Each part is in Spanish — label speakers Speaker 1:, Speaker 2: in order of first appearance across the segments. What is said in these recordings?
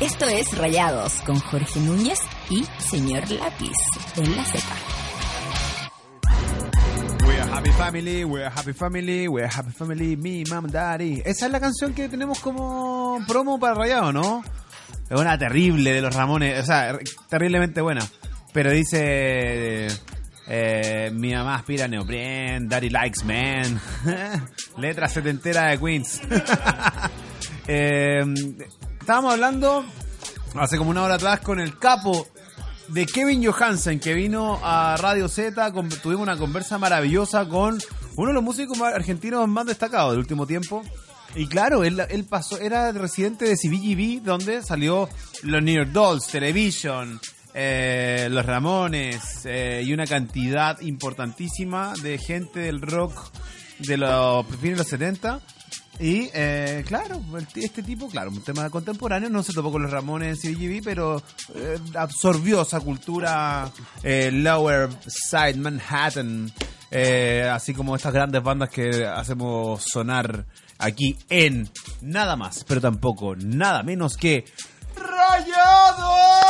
Speaker 1: Esto es Rayados con Jorge Núñez y Señor Lápiz en la cepa.
Speaker 2: We're happy family, we're happy family, we're happy family, me, mom, daddy. Esa es la canción que tenemos como promo para Rayados, ¿no? Es una terrible de los Ramones, o sea, r- terriblemente buena. Pero dice... eh, mi mamá aspira a neopren, daddy likes man. Letra setentera de Queens. Eh, estábamos hablando hace como una hora atrás con el capo de Kevin Johansen, que vino a Radio Z. con- tuvimos una conversa maravillosa con uno de los músicos más- argentinos más destacados del último tiempo. Y claro, él, él pasó, era residente de CBGB, donde salió los New York Dolls, Television, eh, los Ramones eh, y una cantidad importantísima de gente del rock de los fines de los 70. Y eh, claro, el t- este tipo, claro, un tema contemporáneo, no se topó con los Ramones en CBGB, pero eh, absorbió esa cultura eh, Lower Side Manhattan, eh, así como estas grandes bandas que hacemos sonar aquí en nada más, pero tampoco nada menos que Rayados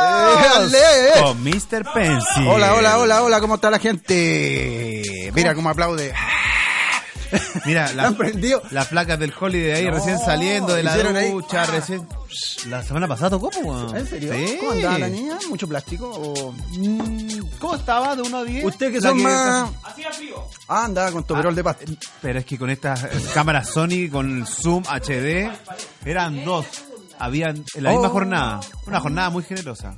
Speaker 3: ¡Eh, ¡Ale!
Speaker 2: eh, con Mr. Pensy.
Speaker 3: ¡Ah, Hola, hola, hola, hola, ¿cómo está la gente? Eh, Mira cómo aplaude.
Speaker 2: Mira,
Speaker 3: ¿La
Speaker 2: la,
Speaker 3: han prendido?
Speaker 2: las placas del Holiday ahí recién saliendo de la
Speaker 3: hicieron ahí. Ah.
Speaker 2: ducha, recién... Psh, La semana pasada tocó, po, weón.
Speaker 3: ¿En serio?
Speaker 2: Sí.
Speaker 3: ¿Cómo andaba la niña? ¿Mucho plástico? o-
Speaker 2: Mm, ¿Cómo estaba de 1 a 10?
Speaker 3: Usted que
Speaker 2: La
Speaker 3: son más... Ah. Hacía frío. Ah, andaba con toperol de pasta.
Speaker 2: Pero es que con estas eh, cámaras Sony, con el Zoom HD, eran dos. Habían en la misma
Speaker 3: Oh.
Speaker 2: jornada. Una jornada muy generosa.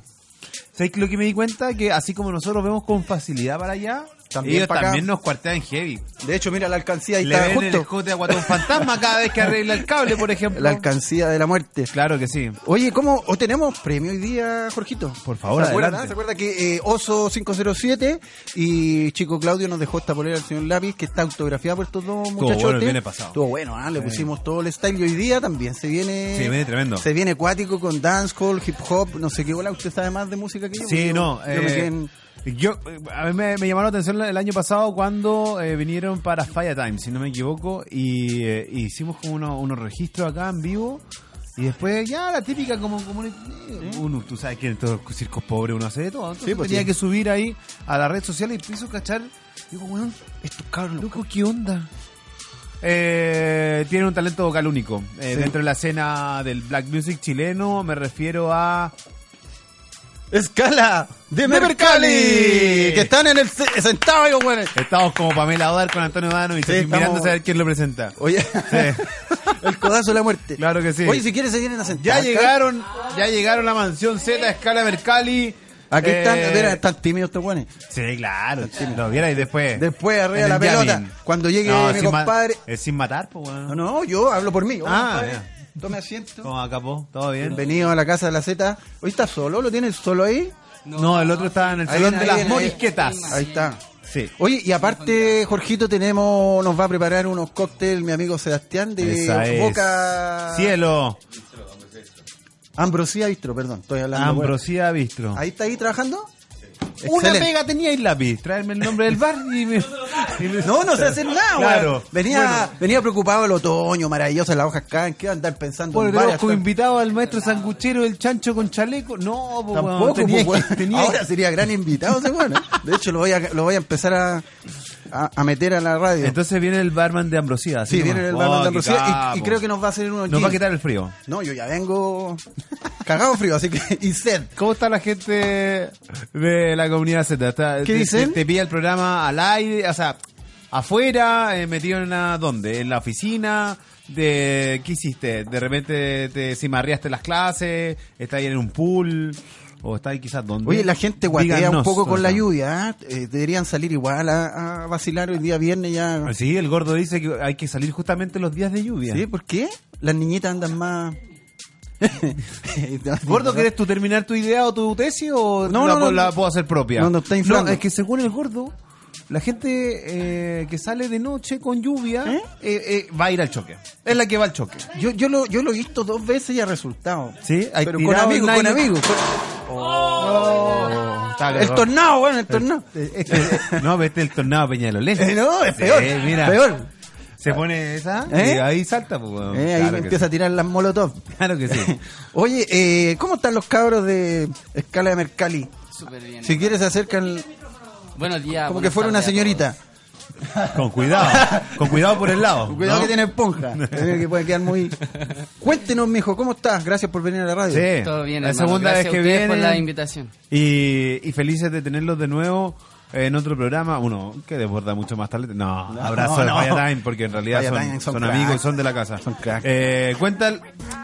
Speaker 2: ¿Sabes lo que me di cuenta? Que así como nosotros vemos con facilidad para allá,
Speaker 3: También
Speaker 2: ellos
Speaker 3: para acá.
Speaker 2: también nos cuartean heavy.
Speaker 3: De hecho, mira, la alcancía ahí
Speaker 2: Le
Speaker 3: está
Speaker 2: ven el
Speaker 3: justo.
Speaker 2: escote a Guatón Fantasma cada vez que arregla el cable, por ejemplo.
Speaker 3: La alcancía de la muerte.
Speaker 2: Claro que sí.
Speaker 3: Oye, ¿cómo o tenemos premio hoy día, Jorgito?
Speaker 2: Por favor,
Speaker 3: ¿Se acuerdan?
Speaker 2: adelante.
Speaker 3: ¿Se acuerda que eh, Oso 507 y Chico Claudio nos dejó esta polera al señor Lápiz que está autografiada por estos dos muchachos?
Speaker 2: bueno el viernes pasado.
Speaker 3: Estuvo bueno, ah, le pusimos todo el style y hoy día también se viene
Speaker 2: Se viene tremendo.
Speaker 3: Se viene acuático con dancehall, hip hop, no sé qué bola, usted sabe más de música que yo. porque
Speaker 2: Sí, no.
Speaker 3: yo- yo me
Speaker 2: eh,
Speaker 3: quedé en-
Speaker 2: yo- eh, a mí me, me llamó la atención el año pasado cuando eh, vinieron para Fire Time, si no me equivoco, y eh, y hicimos como uno- unos registros acá en vivo. Y después ya la típica como, como eh, uno, tú sabes que en estos circos pobres uno hace de todo. Entonces
Speaker 3: Sí, pues,
Speaker 2: tenía
Speaker 3: sí.
Speaker 2: que subir ahí a la red social y pienso cachar. Digo, weón, estos cabros, loco, ¿qué onda? Eh, tiene un talento vocal único. Eh, Dentro de la escena del black music chileno me refiero a
Speaker 3: Escala de,
Speaker 2: Mercalli.
Speaker 3: Mercalli, que están en el se- sentado, digo, bueno.
Speaker 2: Estamos como Pamela Odar con Antonio Dano y
Speaker 3: Sí,
Speaker 2: Sergio
Speaker 3: estamos-
Speaker 2: mirando a ver quién lo presenta.
Speaker 3: Oye, el codazo de la muerte.
Speaker 2: Claro que sí.
Speaker 3: Oye, si quieres se vienen a sentar.
Speaker 2: Ya
Speaker 3: acá.
Speaker 2: llegaron, ya llegaron la mansión Z a escala Mercalli.
Speaker 3: Aquí
Speaker 2: Eh,
Speaker 3: están, mira, están tímidos estos guanes.
Speaker 2: Sí, claro. Lo viera y después.
Speaker 3: Después arriba
Speaker 2: en
Speaker 3: la
Speaker 2: el
Speaker 3: pelota.
Speaker 2: jamming.
Speaker 3: Cuando llegue mi
Speaker 2: sin ma-
Speaker 3: compadre-
Speaker 2: Es sin matar, pues, weón.
Speaker 3: No, no, yo hablo por mí. Hola,
Speaker 2: Ah,
Speaker 3: compadre.
Speaker 2: ya.
Speaker 3: Tome asiento.
Speaker 2: ¿Cómo va, capo? ¿Todo bien?
Speaker 3: Bienvenido a la casa de la Z. ¿Hoy está solo? ¿Lo tienes solo ahí?
Speaker 2: No, el otro estaba en el
Speaker 3: Ahí
Speaker 2: salón
Speaker 3: viene,
Speaker 2: de
Speaker 3: ahí
Speaker 2: las
Speaker 3: viene, ahí-
Speaker 2: morisquetas.
Speaker 3: Ahí está.
Speaker 2: Sí.
Speaker 3: Oye, y aparte, Jorgito, tenemos, nos va a preparar unos cócteles mi amigo Sebastián de
Speaker 2: Esa es.
Speaker 3: Boca...
Speaker 2: Cielo.
Speaker 3: Ambrosía Bistro, perdón, estoy hablando.
Speaker 2: Ambrosía Bistro.
Speaker 3: bueno. ¿Ahí está ahí trabajando?
Speaker 2: Una
Speaker 3: Excelente.
Speaker 2: pega tenía el lápiz. Traerme el nombre del bar y me. y me-
Speaker 3: No, no se hace nada,
Speaker 2: Claro.
Speaker 3: weón. Venía, venía preocupado el otoño, maravillosa las hojas caen, ¿qué va a andar pensando
Speaker 2: Bueno,
Speaker 3: en varias
Speaker 2: tenemos como invitado al maestro sanguchero del chancho con chaleco. No, po,
Speaker 3: Tampoco,
Speaker 2: weón, tenía,
Speaker 3: pues, weón.
Speaker 2: que- tenía-
Speaker 3: Ahora sería gran invitado ese weón, ¿eh? De hecho, lo voy a, lo voy a empezar a, a, a meter a la radio.
Speaker 2: Entonces viene el barman de Ambrosía. así
Speaker 3: sí, viene
Speaker 2: nomás.
Speaker 3: el barman
Speaker 2: Oh,
Speaker 3: de
Speaker 2: qué
Speaker 3: Ambrosía y-
Speaker 2: capo.
Speaker 3: y, creo que nos va a hacer unos
Speaker 2: nos va a
Speaker 3: gin.
Speaker 2: quitar el frío.
Speaker 3: No, yo ya vengo cagado frío, así que... Y sed.
Speaker 2: ¿Cómo está la gente de la comunidad Z? Está-
Speaker 3: ¿Qué
Speaker 2: te-
Speaker 3: dicen?
Speaker 2: Te, te pilla el programa al aire, o sea, afuera, eh, metido en una, ¿dónde? En la oficina, de, ¿qué hiciste? De repente te cimarreaste las clases, estás ahí en un pool. o está ahí quizás donde.
Speaker 3: Oye, la gente guatea un
Speaker 2: díganos,
Speaker 3: poco con la
Speaker 2: ajá.
Speaker 3: lluvia. ¿ah? Eh, deberían salir igual a, a vacilar hoy día viernes ya.
Speaker 2: Sí, el gordo dice que hay que salir justamente los días de lluvia.
Speaker 3: ¿Sí? ¿Por qué? Las niñitas andan más...
Speaker 2: Gordo, ¿quieres tú terminar tu idea o tu tesis o
Speaker 3: No,
Speaker 2: la,
Speaker 3: no, no,
Speaker 2: la
Speaker 3: no.
Speaker 2: puedo hacer propia?
Speaker 3: No, no, está inflando.
Speaker 2: es que según el gordo, la gente eh, que sale de noche con lluvia
Speaker 3: ¿Eh?
Speaker 2: eh, eh, va a ir al choque. Es la que va al choque.
Speaker 3: Yo, yo, lo, yo lo he visto dos veces y ha resultado.
Speaker 2: Sí, hay
Speaker 3: pero con
Speaker 2: tirado
Speaker 3: amigos,
Speaker 2: en
Speaker 3: con
Speaker 2: aire.
Speaker 3: amigos. con- Oh,
Speaker 2: Dale,
Speaker 3: El
Speaker 2: gordo.
Speaker 3: tornado, bueno, el tornado.
Speaker 2: Este- no, vete el tornado Peñalolén.
Speaker 3: Eh, no, es peor.
Speaker 2: Sí, mira.
Speaker 3: Peor.
Speaker 2: Se pone esa
Speaker 3: ¿Eh?
Speaker 2: y ahí salta. pues, weón.
Speaker 3: Eh, ahí
Speaker 2: Claro que
Speaker 3: empieza a tirar las molotov.
Speaker 2: sí. Claro que sí.
Speaker 3: Oye, eh, ¿cómo están los cabros de Escala de Mercalli?
Speaker 4: Súper bien.
Speaker 3: Si quieres se acercan
Speaker 2: Ah,
Speaker 4: Buenos días.
Speaker 3: como
Speaker 4: buenas
Speaker 3: que fuera una
Speaker 4: tardes a
Speaker 3: señorita.
Speaker 2: pues. Con cuidado. Con cuidado por el lado.
Speaker 3: Cuidado
Speaker 2: ¿no?
Speaker 3: que tiene esponja. eh, que puede quedar muy... Cuéntenos, mijo, ¿cómo estás? Gracias por venir a la radio.
Speaker 2: Sí.
Speaker 4: todos. Todo bien,
Speaker 2: la
Speaker 4: hermano.
Speaker 2: segunda
Speaker 4: Gracias
Speaker 2: vez
Speaker 4: a
Speaker 2: que
Speaker 4: ustedes
Speaker 2: viene.
Speaker 4: por la invitación.
Speaker 2: Y, y felices de tenerlos de nuevo en otro programa. Uno que desborda mucho más talento. No,
Speaker 3: No,
Speaker 2: abrazo
Speaker 3: no,
Speaker 2: de
Speaker 3: no.
Speaker 2: Vaya Time, porque en realidad
Speaker 3: Vaya
Speaker 2: son,
Speaker 3: Time son
Speaker 2: son
Speaker 3: cracks.
Speaker 2: amigos y son de la casa.
Speaker 3: Son cracks.
Speaker 2: Eh, cuéntal-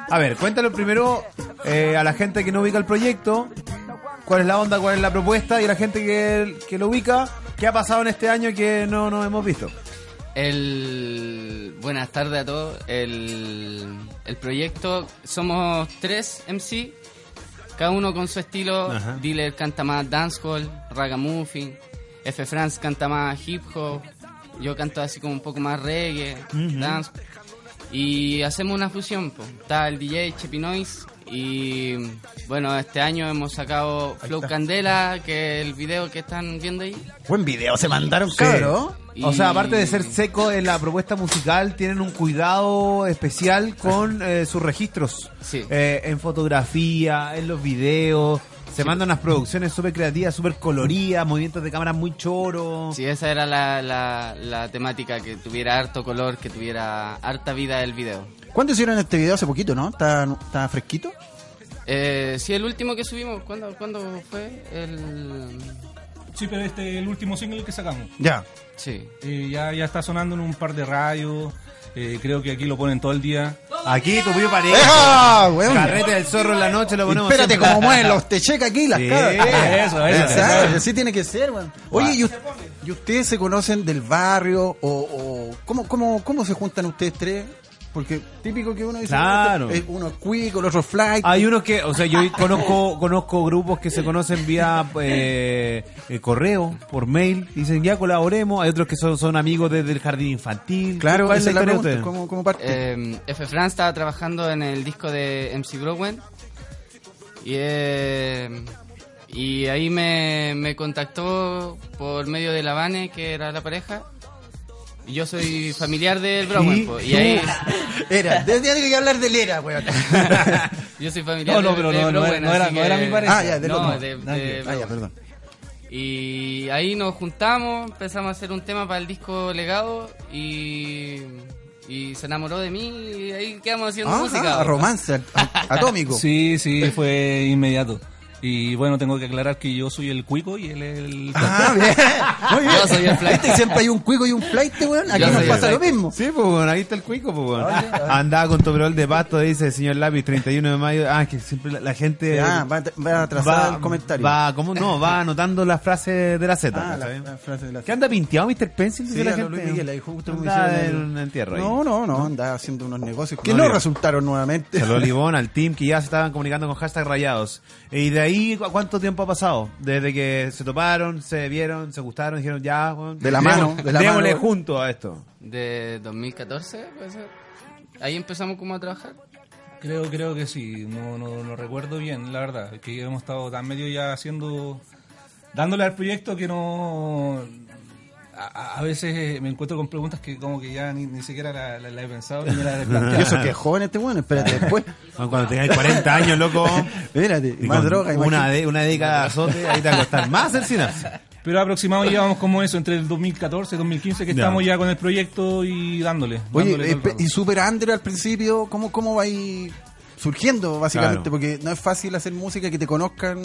Speaker 2: a ver, cuéntalo primero eh, a la gente que no ubica el proyecto. ¿Cuál es la onda? ¿Cuál es la propuesta? Y a la gente que, que lo ubica, ¿qué ha pasado en este año que no nos hemos visto?
Speaker 4: El... Buenas tardes a todos. El... el proyecto, somos tres MC, cada uno con su estilo.
Speaker 2: Ajá.
Speaker 4: Dealer canta más dancehall, ragamuffin. F. France canta más hip hop. Yo canto así como un poco más reggae, dance. Y hacemos una fusión. po. Está el DJ Chepinois. Y bueno, este año hemos sacado Flow Candela, que es el video que están viendo ahí.
Speaker 3: Buen video, se mandaron,
Speaker 2: Sí.
Speaker 3: cabros.
Speaker 2: O sea,
Speaker 4: Y-
Speaker 2: aparte de ser seco en la propuesta musical, tienen un cuidado especial con eh, sus registros.
Speaker 4: Sí.
Speaker 2: Eh, en fotografía, en los videos. Se mandan unas producciones súper creativas, súper coloridas, movimientos de cámara muy choros.
Speaker 4: Sí, esa era la, la, la temática, que tuviera harto color, que tuviera harta vida el video.
Speaker 3: ¿Cuándo hicieron este video? Hace poquito, ¿no? ¿Está, está fresquito?
Speaker 4: Eh, sí, el último que subimos, ¿cuándo, ¿cuándo fue? El...
Speaker 5: Sí, pero este es el último single que sacamos.
Speaker 3: Ya.
Speaker 4: Sí.
Speaker 5: Eh, ya, ya está sonando en un par de radios. eh, creo que aquí lo ponen todo el día.
Speaker 2: Aquí tu pío pareja.
Speaker 3: ¡Eja, weón!
Speaker 2: Carrete del zorro en la noche lo ponemos.
Speaker 3: Espérate,
Speaker 2: siempre.
Speaker 3: como mueven los techecas aquí, las
Speaker 2: Sí.
Speaker 3: cabras.
Speaker 5: Eso, eso.
Speaker 3: Exacto, así tiene que ser, weón. Oye, y, us- y ustedes se conocen del barrio? ¿O, o ¿cómo, cómo, cómo se juntan ustedes tres? Porque típico que uno dice,
Speaker 2: Claro.
Speaker 3: eh, uno es cuico, el otro es flight.
Speaker 2: Hay unos que, o sea, yo conozco conozco grupos que se conocen vía eh, eh, correo, por mail, dicen ya colaboremos. Hay otros que son, son amigos desde el jardín infantil.
Speaker 3: claro,
Speaker 2: ¿Cuál
Speaker 3: esa es la
Speaker 2: historia de
Speaker 3: pregunta,
Speaker 2: ustedes?
Speaker 3: ¿cómo, cómo parte?
Speaker 4: Eh, F. Fran estaba trabajando en el disco de MC Browen. Y, eh, y ahí me, me contactó por medio de la Vane, que era la pareja. Y yo soy familiar del Browen. po, y ahí...
Speaker 3: Era, tenía que hablar del era, weón.
Speaker 4: Yo soy familiar
Speaker 5: No, no,
Speaker 4: de-
Speaker 5: pero
Speaker 4: de
Speaker 5: no, no
Speaker 4: Browen,
Speaker 5: era- no era-
Speaker 4: Eh, así
Speaker 5: no era
Speaker 4: que-
Speaker 5: mi pareja.
Speaker 3: Ah, ya, del
Speaker 4: no,
Speaker 3: otro.
Speaker 4: de-
Speaker 3: Ah,
Speaker 4: de
Speaker 3: ya,
Speaker 4: Browen.
Speaker 3: perdón.
Speaker 4: Y ahí nos juntamos, empezamos a hacer un tema para el disco Legado y, y se enamoró de mí y ahí quedamos haciendo
Speaker 3: Ah,
Speaker 4: música.
Speaker 3: ah, romance a- atómico.
Speaker 5: Sí, sí, fue inmediato. Y bueno, tengo que aclarar que yo soy el cuico y él es el...
Speaker 3: Ah, bien. Muy bien.
Speaker 4: Yo soy el flight.
Speaker 3: Viste, siempre hay un cuico y un flight, weón. Aquí
Speaker 4: Yo
Speaker 3: nos
Speaker 4: soy el
Speaker 3: pasa lo
Speaker 4: flight.
Speaker 3: mismo.
Speaker 2: Sí, pues bueno, ahí está el cuico, pues bueno. Andaba con toperol de pasto, dice señor Lápiz, 31 de mayo. Ah, es que siempre la, la gente...
Speaker 3: Ah, va, va atrasada el comentario.
Speaker 2: Eh, Va, ¿cómo no? Va anotando las frases de la Z.
Speaker 3: Ah, la,
Speaker 2: ¿cachai?
Speaker 3: la frase de la
Speaker 2: ¿Qué anda pinteado Mr. Pencil? Dice
Speaker 3: Sí,
Speaker 2: la
Speaker 3: a lo
Speaker 2: gente.
Speaker 3: Luis Miguel, ahí justo me
Speaker 2: Anda
Speaker 3: hicieron
Speaker 2: en
Speaker 3: el-
Speaker 2: un entierro ahí.
Speaker 3: No, no, no, andaba haciendo unos negocios que
Speaker 2: No,
Speaker 3: no,
Speaker 2: bien.
Speaker 3: resultaron nuevamente.
Speaker 2: Saludos a Libón, al team que ya se estaban comunicando con hashtag rayados. Y de ahí, ¿cu- ¿cuánto tiempo ha pasado? Desde que se toparon, se vieron, se gustaron, dijeron ya, bueno,
Speaker 3: De la
Speaker 2: démosle-
Speaker 3: mano, de la
Speaker 2: démosle
Speaker 3: mano.
Speaker 2: juntos a esto.
Speaker 4: De 2014, puede ser. Ahí empezamos como a trabajar.
Speaker 5: Creo, creo que sí. No, no, no recuerdo bien, la verdad. Es Que hemos estado tan medio ya haciendo... Dándole al proyecto que no... A, a- a veces eh, me encuentro con preguntas que como que ya ni, ni siquiera la, la- la he pensado ni me la he
Speaker 3: Y
Speaker 5: planteado.
Speaker 3: eso que es joven este bueno, espérate después.
Speaker 2: Bueno, Cuando tengáis 40 años, loco.
Speaker 3: Espérate,
Speaker 2: y
Speaker 3: más
Speaker 2: con
Speaker 3: droga,
Speaker 2: una,
Speaker 3: imagínate.
Speaker 2: de, una década de azote, ahí te va a costar más el sinapsis.
Speaker 5: Pero aproximado llevamos como eso, entre el 2014 y 2015, que
Speaker 2: Ya.
Speaker 5: estamos ya con el proyecto y dándole. dándole
Speaker 3: Oye,
Speaker 5: todo el
Speaker 3: eh,
Speaker 5: rato.
Speaker 3: y Super Under al principio, ¿cómo, cómo va ahí surgiendo básicamente?
Speaker 2: Claro.
Speaker 3: Porque no es fácil hacer música que te conozcan.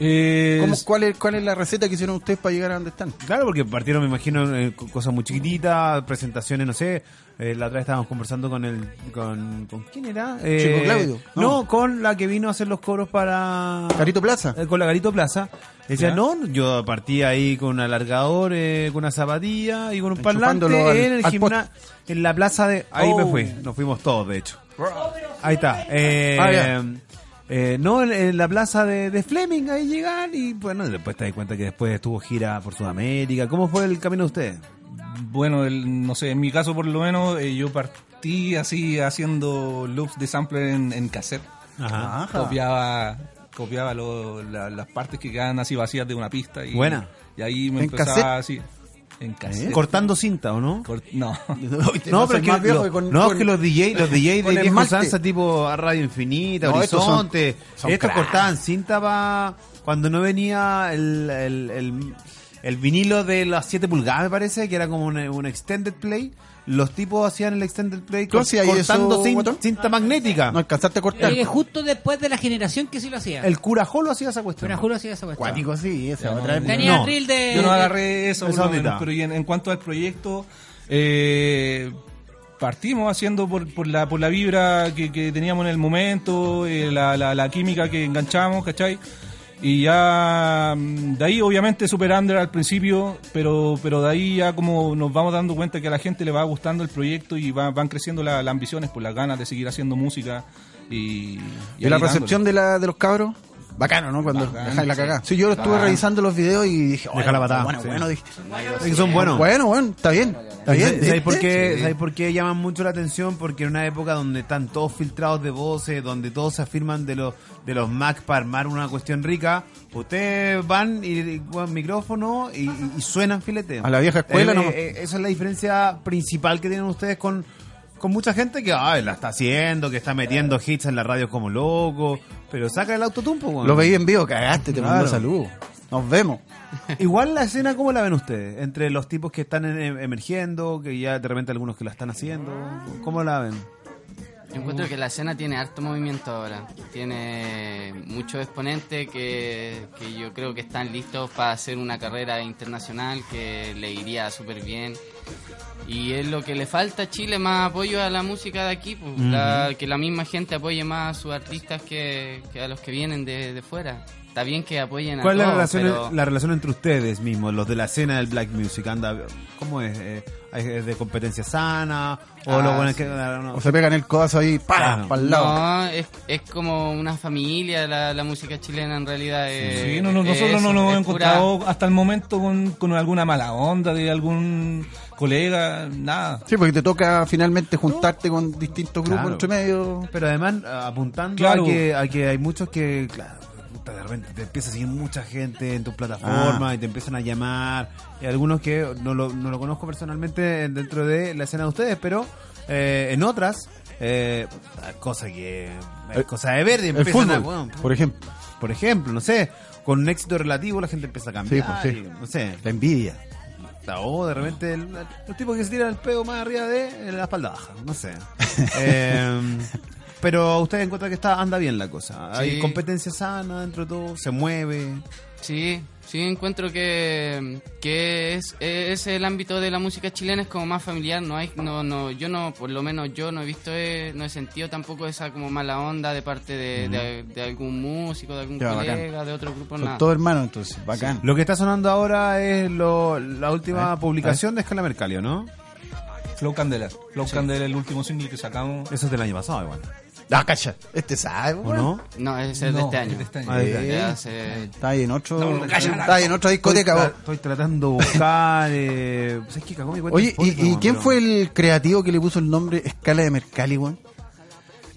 Speaker 5: Eh,
Speaker 3: ¿Cómo- cuál, es, ¿Cuál es la receta que hicieron ustedes para llegar a donde están?
Speaker 2: Claro, porque partieron, me imagino, eh, co- cosas muy chiquititas, presentaciones, no sé. Eh, la otra vez estábamos conversando con el. ¿Con, ¿con quién era? Eh,
Speaker 3: Chico Claudio,
Speaker 2: No.
Speaker 3: ¿no?
Speaker 2: con la que vino a hacer los coros para.
Speaker 3: Carito Plaza.
Speaker 2: eh, con la Garito Plaza. Decía,
Speaker 5: Ya.
Speaker 2: no, yo partí ahí con un alargador, eh, con una zapatilla y con un parlante
Speaker 3: Enchufándolo al-
Speaker 2: en el
Speaker 3: al
Speaker 2: gimna- en la plaza de. Ahí me
Speaker 3: Oh.
Speaker 2: fui, nos fuimos todos, de hecho. Ahí está. Eh,
Speaker 3: Ah, ya.
Speaker 2: eh, no, en, en la plaza de, de Fleming, ahí llegan y bueno, después te das cuenta que después estuvo gira por Sudamérica. ¿Cómo fue el camino de ustedes?
Speaker 5: Bueno, el- no sé, en mi caso por lo menos eh, yo partí así haciendo loops de sampler en, en cassette.
Speaker 2: Ajá.
Speaker 5: Copiaba, copiaba lo- la- las partes que quedaban así vacías de una pista. Y,
Speaker 2: Buena.
Speaker 5: Y ahí me
Speaker 3: ¿En
Speaker 5: empezaba
Speaker 3: cassette? ¿Eh?
Speaker 5: así. En cassette.
Speaker 2: Cortando cinta, ¿o no?
Speaker 5: Cor- no.
Speaker 2: No, pero es
Speaker 3: es
Speaker 2: que,
Speaker 3: más viejo
Speaker 2: lo-
Speaker 3: que con-
Speaker 2: no,
Speaker 3: con-
Speaker 2: es que los DJ, los DJ
Speaker 3: con
Speaker 2: de vieja
Speaker 3: esmalte.
Speaker 2: usanza tipo a Radio Infinita,
Speaker 3: No, estos son-
Speaker 2: Horizonte, estos,
Speaker 3: son cracks.
Speaker 2: cortaban cinta pa- cuando no venía el, el, el- el vinilo de las 7 pulgadas, me parece, que era como un, un extended play. Los tipos hacían el extended play
Speaker 3: ¿Tú
Speaker 2: cor-
Speaker 3: hacías
Speaker 2: cortando
Speaker 3: eso,
Speaker 2: cin-
Speaker 3: guatón?
Speaker 2: cinta magnética.
Speaker 3: No alcanzaste a
Speaker 6: Yo
Speaker 3: cortar.
Speaker 6: llegué justo después de la generación que sí lo hacía.
Speaker 2: El curajolo hacía esa cuestión.
Speaker 6: Pero juro si esa cuestión.
Speaker 3: Cuático, sí, esa otra vez.
Speaker 6: Tenía
Speaker 2: No.
Speaker 6: el reel de.
Speaker 5: Yo no agarré
Speaker 2: Esa
Speaker 5: eso, por lo
Speaker 2: ondita.
Speaker 5: menos, pero y en, en cuanto al proyecto, eh, partimos haciendo por, por la, por la vibra que, que teníamos en el momento, eh, la, la- la química que enganchamos, ¿cachai? Y ya mm, de ahí obviamente super under al principio, pero, pero de ahí ya como nos vamos dando cuenta que a la gente le va gustando el proyecto y va- van creciendo la- las ambiciones, por las ganas de seguir haciendo música. Y,
Speaker 3: ¿Y la
Speaker 5: ahí dándole.
Speaker 3: recepción de, la, de los cabros? Bacano, ¿no? Cuando
Speaker 5: Bacán,
Speaker 3: dejáis la
Speaker 5: sí.
Speaker 3: cagada. Sí, yo lo estuve
Speaker 5: Bacán.
Speaker 3: revisando los videos y dije,
Speaker 2: Deja la patada,
Speaker 3: Bueno,
Speaker 2: sí.
Speaker 3: bueno, dije,
Speaker 2: Es que son buenos.
Speaker 3: bueno, bueno, está bien. Está bien.
Speaker 2: ¿Sabes por,
Speaker 3: ¿viste?
Speaker 2: qué, ¿Sabes por qué llaman mucho la atención? Porque en una época donde están todos filtrados de voces, donde todos se afirman de los de los Mac para armar una cuestión rica, ustedes van y, y juegan micrófono y, y- y suenan fileteos.
Speaker 3: A la vieja escuela
Speaker 2: Eh,
Speaker 3: nomás.
Speaker 2: eh, esa es la diferencia principal que tienen ustedes con, con mucha gente que ay, la está haciendo, que está metiendo hits en la radio como loco, pero saca el autotumpo. weón.
Speaker 3: Lo veí en vivo, cagaste, te mando
Speaker 2: Claro.
Speaker 3: saludos. Nos vemos.
Speaker 2: Igual la escena, ¿cómo la ven ustedes? Entre los tipos que están en- em, emergiendo, que ya de repente algunos que la están haciendo, ¿cómo la ven?
Speaker 4: Yo encuentro que la escena tiene harto movimiento ahora. Tiene muchos exponentes que, que yo creo que están listos para hacer una carrera internacional que le iría súper bien. Y es lo que le falta a Chile, más apoyo a la música de aquí, pues, la- que la misma gente apoye más a sus artistas que, que a los que vienen de, de fuera. Está bien que apoyen a
Speaker 2: ¿Cuál es la
Speaker 4: todos,
Speaker 2: relación,
Speaker 4: pero-
Speaker 2: la relación entre ustedes mismos, los de la escena del black music? Anda, ¿Cómo es? Eh, ¿Es de competencia sana? ¿O
Speaker 4: Ah,
Speaker 2: lo bueno es
Speaker 4: sí.
Speaker 2: que... no,
Speaker 3: O se pegan el codazo ahí, para
Speaker 2: Claro.
Speaker 3: para el lado.
Speaker 4: No, es, es como una familia la, la música chilena en realidad. eh,
Speaker 5: Sí, no, no,
Speaker 4: es
Speaker 5: nosotros
Speaker 4: eso,
Speaker 5: no nos hemos
Speaker 4: es pura-
Speaker 5: encontrado hasta el momento con, con alguna mala onda de algún colega, nada.
Speaker 3: Sí, porque te toca finalmente juntarte con distintos grupos
Speaker 2: Claro.
Speaker 3: entre medio.
Speaker 2: Pero además, ah, apuntando
Speaker 5: Claro.
Speaker 2: a, que, a que hay muchos que, claro, puta, de repente te empieza a seguir mucha gente en tus plataformas
Speaker 3: Ah.
Speaker 2: y te empiezan a llamar. Y algunos que no lo, no lo conozco personalmente dentro de la escena de ustedes, pero eh, en otras, eh, puta, cosa que.
Speaker 3: El-
Speaker 2: cosa de verde,
Speaker 3: Eh, El
Speaker 2: empiezan a-
Speaker 3: fútbol,
Speaker 2: bueno,
Speaker 3: por ejemplo.
Speaker 2: por ejemplo, no sé, con un éxito relativo la gente empieza a cambiar.
Speaker 3: Sí, pues, sí.
Speaker 2: y, no sé,
Speaker 3: La envidia.
Speaker 2: la O, de repente el, los tipos que se tiran el pedo más arriba de en la espalda baja, no sé. Eh, pero ustedes encuentran que está anda bien la cosa. Hay
Speaker 4: Sí.
Speaker 2: competencia sana dentro de todo, se mueve.
Speaker 4: Sí, sí, encuentro que, que es, es el ámbito de la música chilena, es como más familiar, no hay, no, no, yo no, por lo menos yo no he visto, eh, no he sentido tampoco esa como mala onda de parte de, de- de algún músico, de algún
Speaker 3: Ya, bacán.
Speaker 4: colega, de otro grupo,
Speaker 3: Son
Speaker 4: nada.
Speaker 3: todos hermanos, entonces. Bacán.
Speaker 2: Lo que está sonando ahora es lo, la
Speaker 3: A
Speaker 2: última
Speaker 3: ver,
Speaker 2: publicación de Escala Mercalio, ¿no?
Speaker 5: Flow Candela. Flow Candela, el último single que sacamos.
Speaker 2: Eso es del año pasado igual,
Speaker 3: Ah, cacha. Este sabe,
Speaker 2: ¿o
Speaker 3: bueno.
Speaker 2: no?
Speaker 4: No, ese es
Speaker 5: No,
Speaker 4: de este año.
Speaker 5: de este año.
Speaker 2: Ah, de este
Speaker 4: De
Speaker 3: año.
Speaker 4: hace-
Speaker 3: Está ahí en otro.
Speaker 5: No, calla,
Speaker 3: está ahí en otra discoteca,
Speaker 2: estoy,
Speaker 3: vos.
Speaker 2: tra- estoy tratando de buscar... eh, pues es que cagó mi cuenta en
Speaker 3: Oye, ¿y,
Speaker 2: Spotify,
Speaker 3: y
Speaker 2: weón,
Speaker 3: quién
Speaker 2: pero-
Speaker 3: fue el creativo que le puso el nombre Escala de Mercalli, weón?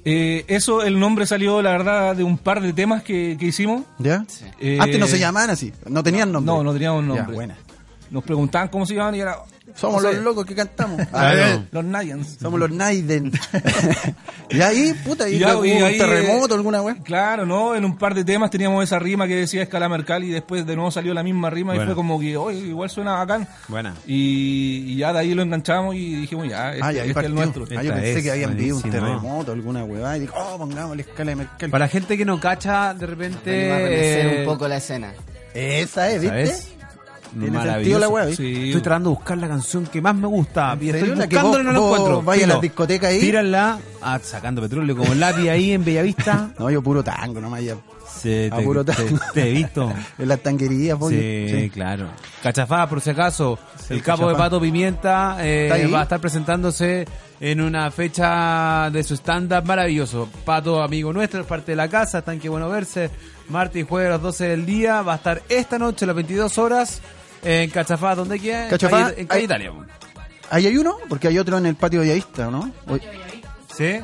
Speaker 5: Eh, eso, el nombre salió, la verdad, de un par de temas que, que hicimos.
Speaker 3: ¿Ya?
Speaker 4: Sí.
Speaker 5: Eh,
Speaker 3: Antes no se llamaban así, no tenían nombre.
Speaker 5: No, no teníamos nombre.
Speaker 3: Ya, buena.
Speaker 5: nos preguntaban cómo se llamaban y era.
Speaker 3: Somos
Speaker 5: no sé,
Speaker 3: los locos que cantamos. Ah,
Speaker 2: Claro.
Speaker 5: Los Nayans.
Speaker 3: Somos los Naiden. y ahí, puta, ahí
Speaker 5: Y ya,
Speaker 3: hubo
Speaker 5: y
Speaker 3: un
Speaker 5: ahí,
Speaker 3: terremoto,
Speaker 5: eh,
Speaker 3: alguna weá.
Speaker 5: Claro, ¿no? En un par de temas teníamos esa rima que decía Escalamercal y después de nuevo salió la misma rima
Speaker 2: Buena.
Speaker 5: y fue como que, oye, igual suena bacán.
Speaker 2: Buena.
Speaker 5: Y, y ya de ahí lo enganchamos y dijimos, ya, este,
Speaker 3: Ah, y ahí
Speaker 5: este es
Speaker 3: partió.
Speaker 5: el nuestro.
Speaker 3: Ah, yo
Speaker 2: Esta
Speaker 3: pensé
Speaker 2: es
Speaker 3: que habían vivido un
Speaker 2: buenísima.
Speaker 3: terremoto, alguna weá. Y dije, oh, pongamos la escala de Merkel.
Speaker 2: Para la gente que no cacha, de repente.
Speaker 4: Venimos a remecer
Speaker 2: eh,
Speaker 4: un poco la escena.
Speaker 3: Esa es, ¿viste?
Speaker 2: ¿sabes?
Speaker 3: Tiene
Speaker 2: Maravilloso.
Speaker 3: sentido la weá, ¿viste?
Speaker 5: Sí.
Speaker 2: Estoy tratando de buscar la canción que más me gusta. Y
Speaker 3: serio?
Speaker 2: estoy
Speaker 3: ¿La que
Speaker 2: buscándola y no
Speaker 3: vos-
Speaker 2: la
Speaker 3: vos
Speaker 2: encuentro.
Speaker 3: vayas a
Speaker 2: Filo.
Speaker 3: las discotecas ahí?
Speaker 2: Tírala, ah, sacando petróleo como lápiz ahí en Bellavista.
Speaker 3: No, yo puro tango nomás ya.
Speaker 2: Se,
Speaker 3: A puro
Speaker 2: te, te,
Speaker 3: tango.
Speaker 2: te he visto.
Speaker 3: En las tanguerías, pollo.
Speaker 2: Sí, claro. Cachafá, por si acaso, el capo de
Speaker 3: Cachafá.
Speaker 2: Pato Pimienta eh,
Speaker 3: ¿Está ahí?
Speaker 2: va a estar presentándose en una fecha de su stand-up maravilloso. Pato, amigo nuestro, es parte de la casa, están que bueno verse. Martes y jueves a las 12 del día, va a estar esta noche a las 22 horas en Cachafá, ¿dónde queda? En
Speaker 3: Cachafá,
Speaker 2: calle- en calle
Speaker 3: ahí-
Speaker 2: Italia.
Speaker 3: Ahí hay uno, porque hay otro en el patio bellavista, ¿no? O-
Speaker 2: ¿Sí?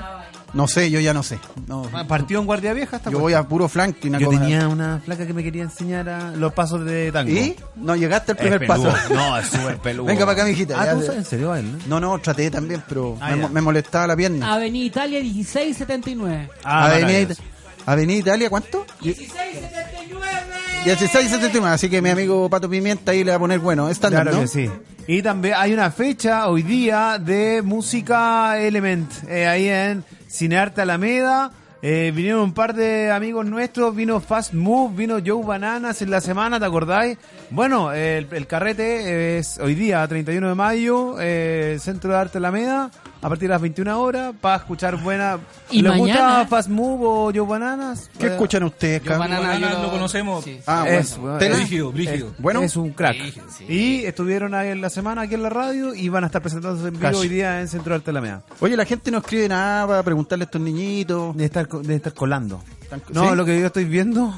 Speaker 3: No sé, yo ya no sé. No.
Speaker 2: Partido en Guardia Vieja hasta
Speaker 3: Yo voy a puro flank y una
Speaker 2: Yo
Speaker 3: cosa-
Speaker 2: tenía una flaca que me quería enseñar a los pasos de tango.
Speaker 3: ¿Y? No llegaste al primer
Speaker 2: Es
Speaker 3: paso.
Speaker 2: peludo. No, es súper peludo.
Speaker 3: Venga para acá, mijita.
Speaker 2: Ah,
Speaker 3: ya
Speaker 2: ¿tú
Speaker 3: te-
Speaker 2: sabes? ¿En serio bailar?
Speaker 3: No, no, traté también, pero me,
Speaker 2: Ah, ya. Ah,
Speaker 3: mo- me molestaba la pierna.
Speaker 6: Avenida Italia 1679.
Speaker 3: Avenida, Ita- Avenida Italia, ¿cuánto? 1679. Así que mi amigo Pato Pimienta ahí le va a poner bueno. Stand
Speaker 2: Claro que sí. Y también hay una fecha hoy día de música Element, eh, ahí en Cinearte Alameda. Eh, vinieron un par de amigos nuestros, vino Fast Move, vino Joe Bananas en la semana, ¿te acordáis? Bueno, eh, el, el carrete es hoy día, 31 de mayo, eh, Centro de Arte Alameda, a partir de las 21 horas, para escuchar buena...
Speaker 6: Y
Speaker 2: ¿Les
Speaker 6: mañana-
Speaker 2: gusta Fast Move o Joe Bananas?
Speaker 3: ¿Qué
Speaker 2: Eh,
Speaker 3: escuchan ustedes,
Speaker 4: Yo,
Speaker 3: cabrón?
Speaker 4: banana,
Speaker 5: Banana
Speaker 4: yo
Speaker 5: lo conocemos.
Speaker 4: sí, sí.
Speaker 3: Ah,
Speaker 2: Es,
Speaker 3: bueno.
Speaker 2: bueno,
Speaker 3: Tela.
Speaker 5: Brígido, brígido.
Speaker 3: Bueno.
Speaker 2: es un crack.
Speaker 4: Sí, sí.
Speaker 2: Y estuvieron ahí en la semana aquí en la radio y van a estar presentándose en vivo
Speaker 3: Cash.
Speaker 2: hoy día en Centro de Arte de la Meda.
Speaker 3: Oye, la gente no escribe nada para preguntarle a estos niñitos.
Speaker 2: De estar, co- de estar colando.
Speaker 3: Están co-
Speaker 2: No,
Speaker 3: ¿sí?
Speaker 2: lo que yo estoy viendo.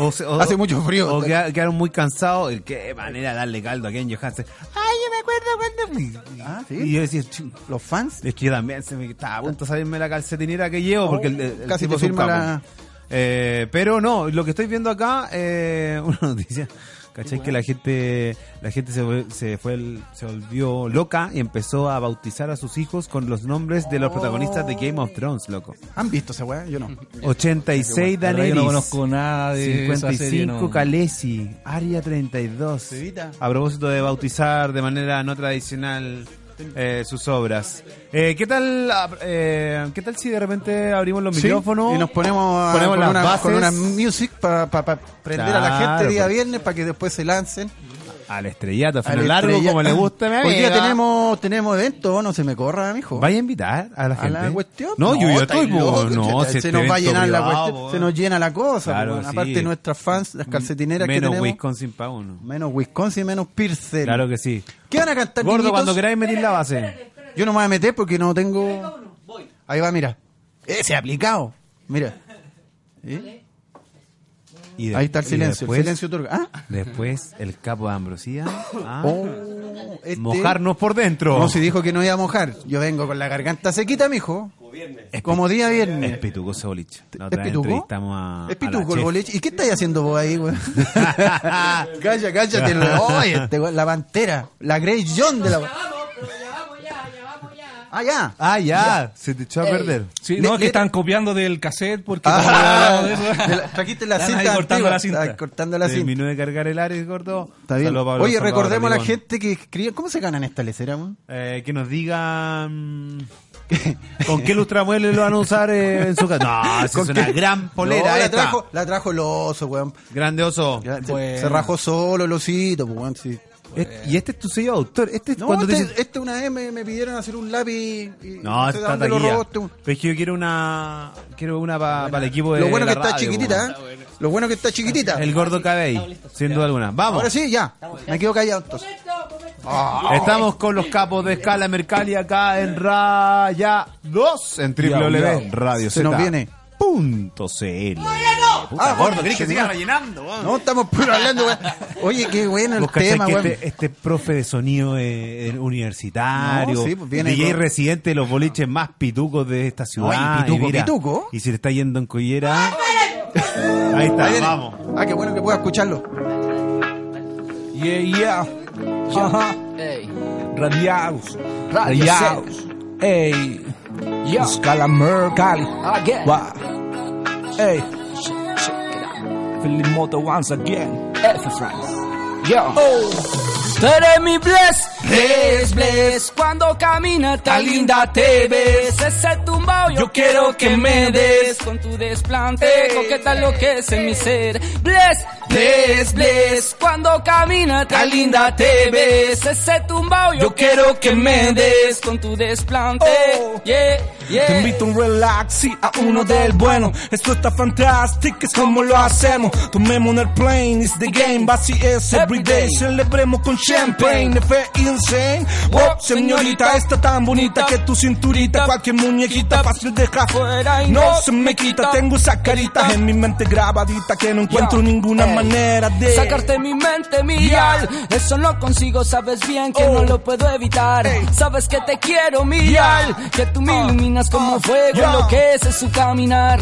Speaker 2: o se- o-
Speaker 3: Hace mucho frío.
Speaker 2: O queda- quedaron muy cansados. Y Qué manera de darle caldo aquí en Johansen. Ay, yo me acuerdo cuando.
Speaker 3: Ah, sí.
Speaker 2: Y yo decía, "Ching".
Speaker 3: Los fans.
Speaker 2: es que yo también se me estaba a punto de salirme la calcetinera que llevo porque el, el
Speaker 3: Oh, Casi
Speaker 2: tipo
Speaker 3: te
Speaker 2: es un
Speaker 3: firma
Speaker 2: capo.
Speaker 3: la-
Speaker 2: Eh, pero no, lo que estoy viendo acá, eh, una noticia. ¿Cachai? Que la gente, la gente se, vol- se fue, el- se volvió loca y empezó a bautizar a sus hijos con los nombres de los protagonistas de Game of Thrones, loco.
Speaker 3: ¿Han visto esa weá? Yo no.
Speaker 2: 86
Speaker 5: La verdad,
Speaker 2: Daenerys.
Speaker 5: yo no conozco nada de esa serie,
Speaker 2: 55
Speaker 5: no.
Speaker 2: Khaleesi, Aria 32.
Speaker 3: Bebita.
Speaker 2: A propósito de bautizar de manera no tradicional eh, sus obras. Eh, ¿Qué tal ah, eh, qué tal si de repente abrimos los
Speaker 3: Sí,
Speaker 2: micrófonos?
Speaker 3: Y nos ponemos, a,
Speaker 2: ponemos
Speaker 3: con,
Speaker 2: las
Speaker 3: una,
Speaker 2: bases
Speaker 3: con una music para prender a la
Speaker 2: Claro,
Speaker 3: gente día
Speaker 2: pues.
Speaker 3: viernes para que después se lancen.
Speaker 2: al estrellato, a
Speaker 3: al
Speaker 2: largo
Speaker 3: estrella-
Speaker 2: como le gusta a mi
Speaker 3: Hoy día
Speaker 2: amiga.
Speaker 3: tenemos, tenemos evento, no se me corra, mijo.
Speaker 2: Vaya a invitar a la
Speaker 3: a
Speaker 2: gente.
Speaker 3: la cuestión.
Speaker 2: No, yo ya
Speaker 3: estáis
Speaker 2: estoy, po,
Speaker 3: locos,
Speaker 2: no,
Speaker 3: cheta,
Speaker 2: si
Speaker 3: se
Speaker 2: este
Speaker 3: nos va a
Speaker 2: evento
Speaker 3: llenar la
Speaker 2: privado,
Speaker 3: cuestión,
Speaker 2: po.
Speaker 3: se nos llena la cosa.
Speaker 2: Claro,
Speaker 3: po,
Speaker 2: sí. Mm,
Speaker 3: Aparte nuestras fans, las calcetineras que
Speaker 2: Menos
Speaker 3: tenemos.
Speaker 2: Wisconsin pa' uno.
Speaker 3: Menos Wisconsin, menos Pierce.
Speaker 2: Claro que sí.
Speaker 3: ¿Qué van a cantar,
Speaker 2: Gordo,
Speaker 3: niñitos?
Speaker 2: cuando queráis meter la base.
Speaker 3: Yo no me voy a meter porque no tengo. Ahí va, mira. Ese aplicado. Mira. ¿Eh?
Speaker 2: Y de-
Speaker 3: Ahí está el
Speaker 2: y
Speaker 3: silencio.
Speaker 2: después-
Speaker 3: el silencio otorga. Ah,
Speaker 2: Después el capo de Ambrosía. Ah,
Speaker 3: oh, este-
Speaker 2: Mojarnos por dentro.
Speaker 3: No, si dijo que no iba a mojar. Yo vengo con la garganta sequita, mijo.
Speaker 2: Es
Speaker 3: Como día
Speaker 2: Es
Speaker 3: viernes.
Speaker 2: Pituco ese boliche. La
Speaker 3: ¿Es
Speaker 2: otra vez
Speaker 3: pituco?
Speaker 2: entrevistamos a.
Speaker 3: ¿Es
Speaker 2: a la
Speaker 3: pituco el
Speaker 2: chef.
Speaker 3: boliche? ¿Y qué estáis haciendo vos ahí, güey? Calla, cállate. la- Oye, este güey, la pantera. La Grey John de la. Ah, ya.
Speaker 2: Ah, ya. Se te echó a perder.
Speaker 5: Sí,
Speaker 3: Le-
Speaker 5: no, es
Speaker 3: le-
Speaker 5: que están copiando del cassette porque... como
Speaker 3: Ah,
Speaker 5: hablábamos de eso,
Speaker 3: de la- trajiste la
Speaker 5: están ahí
Speaker 3: cinta.
Speaker 5: cortando
Speaker 3: antigua,
Speaker 5: la cinta.
Speaker 3: estás cortando la cinta.
Speaker 2: Terminó de cargar el Ares, gordo.
Speaker 3: Está bien.
Speaker 2: Saludos a Pablo
Speaker 3: Oye,
Speaker 2: Salvador,
Speaker 3: recordemos a la
Speaker 2: Ribón.
Speaker 3: gente que escribe. ¿Cómo se ganan esta lecera, güey?
Speaker 2: Eh, que nos digan. ¿Con qué lustramuebles lo van a usar eh, en su casa? No, esa
Speaker 3: ¿Con
Speaker 2: es
Speaker 3: qué?
Speaker 2: una gran polera.
Speaker 3: No, la,
Speaker 2: esta.
Speaker 3: trajo, la trajo el oso, weón.
Speaker 2: Grande oso.
Speaker 3: Ya, se-
Speaker 5: Bueno.
Speaker 3: Se rajó solo el osito, pues, weón. sí.
Speaker 2: Este- y este es tu sello, doctor. Este es
Speaker 3: No,
Speaker 2: cuando te
Speaker 3: este,
Speaker 2: dicen-
Speaker 3: este una vez me, me pidieron hacer un lápiz. y-
Speaker 2: No,
Speaker 3: y
Speaker 2: está
Speaker 3: ¿dónde lo
Speaker 2: taquilla.
Speaker 3: robaste, weón?
Speaker 2: Pero es que yo quiero una. Quiero una para el equipo de.
Speaker 3: Lo bueno que
Speaker 2: la
Speaker 3: está
Speaker 2: radio,
Speaker 3: chiquitita,
Speaker 2: weón.
Speaker 3: ¿eh? Lo bueno que está chiquitita.
Speaker 2: El gordo cabello, sin duda alguna. Vamos.
Speaker 3: Ahora sí, ya. Me quedo callado entonces.
Speaker 2: Estamos con los capos de escala Mercalli acá en Raya 2 en www.radio
Speaker 3: Se nos viene.
Speaker 2: punto CL. Puta,
Speaker 3: Ah,
Speaker 2: gordo, ¿querés
Speaker 3: querés
Speaker 2: que siga rellenando? weón?
Speaker 3: No, estamos puro hablando, weón. Oye, qué bueno el
Speaker 2: Vos cachás
Speaker 3: tema,
Speaker 2: que
Speaker 3: weón.
Speaker 2: este, este profe de sonido eh, eh, universitario,
Speaker 3: No, sí, pues viene
Speaker 2: DJ
Speaker 3: con-
Speaker 2: residente de los boliches más pitucos de esta ciudad.
Speaker 3: Ay, pituco,
Speaker 2: y mira,
Speaker 3: pituco.
Speaker 2: Y se le está yendo en collera. Ahí está,
Speaker 3: Ahí viene.
Speaker 2: vamos.
Speaker 3: Ah, qué bueno que pueda escucharlo.
Speaker 5: Yeah, yeah.
Speaker 7: Ajá.
Speaker 4: Ey.
Speaker 7: Radiados. Radiados. Ey. Scalamur Cali.
Speaker 1: Again.
Speaker 7: Wa. Ey. Feeling moto once again.
Speaker 1: F France. Yo. Tú eres mi bless, bless, bless. Cuando caminas tan linda te ves. Ese tumbao yo,
Speaker 7: Yo
Speaker 1: quiero
Speaker 7: quiero
Speaker 1: que
Speaker 7: que
Speaker 1: me
Speaker 7: me Eh,
Speaker 1: des. Con tu desplante coqueta lo que es en mi ser. Bless, bless, bless. Cuando caminas tan linda te ves. Ese tumbao yo,
Speaker 7: Yo quiero que me des.
Speaker 1: Con tu desplante.
Speaker 7: Oh.
Speaker 1: Yeah, yeah.
Speaker 7: Te invito a un relax y a uno del bueno. Esto está fantástico, es como lo hacemos. Tomemos un airplane, it's the game. Así es everyday. Celebremos con champagne, de fe insane. Oh, señorita, está tan bonita que tu cinturita, cualquier muñequita fácil deja fuera. y No se me quita, tengo esa carita en mi mente grabadita que no encuentro ninguna manera de
Speaker 1: Sacarte mi mente, mi al. Eso no consigo, sabes bien que
Speaker 7: Oh.
Speaker 1: no lo puedo evitar. Sabes que te quiero, mi al. Que tú me
Speaker 7: Ah.
Speaker 1: iluminas como fuego,
Speaker 7: yeah.
Speaker 1: lo que es es su caminar.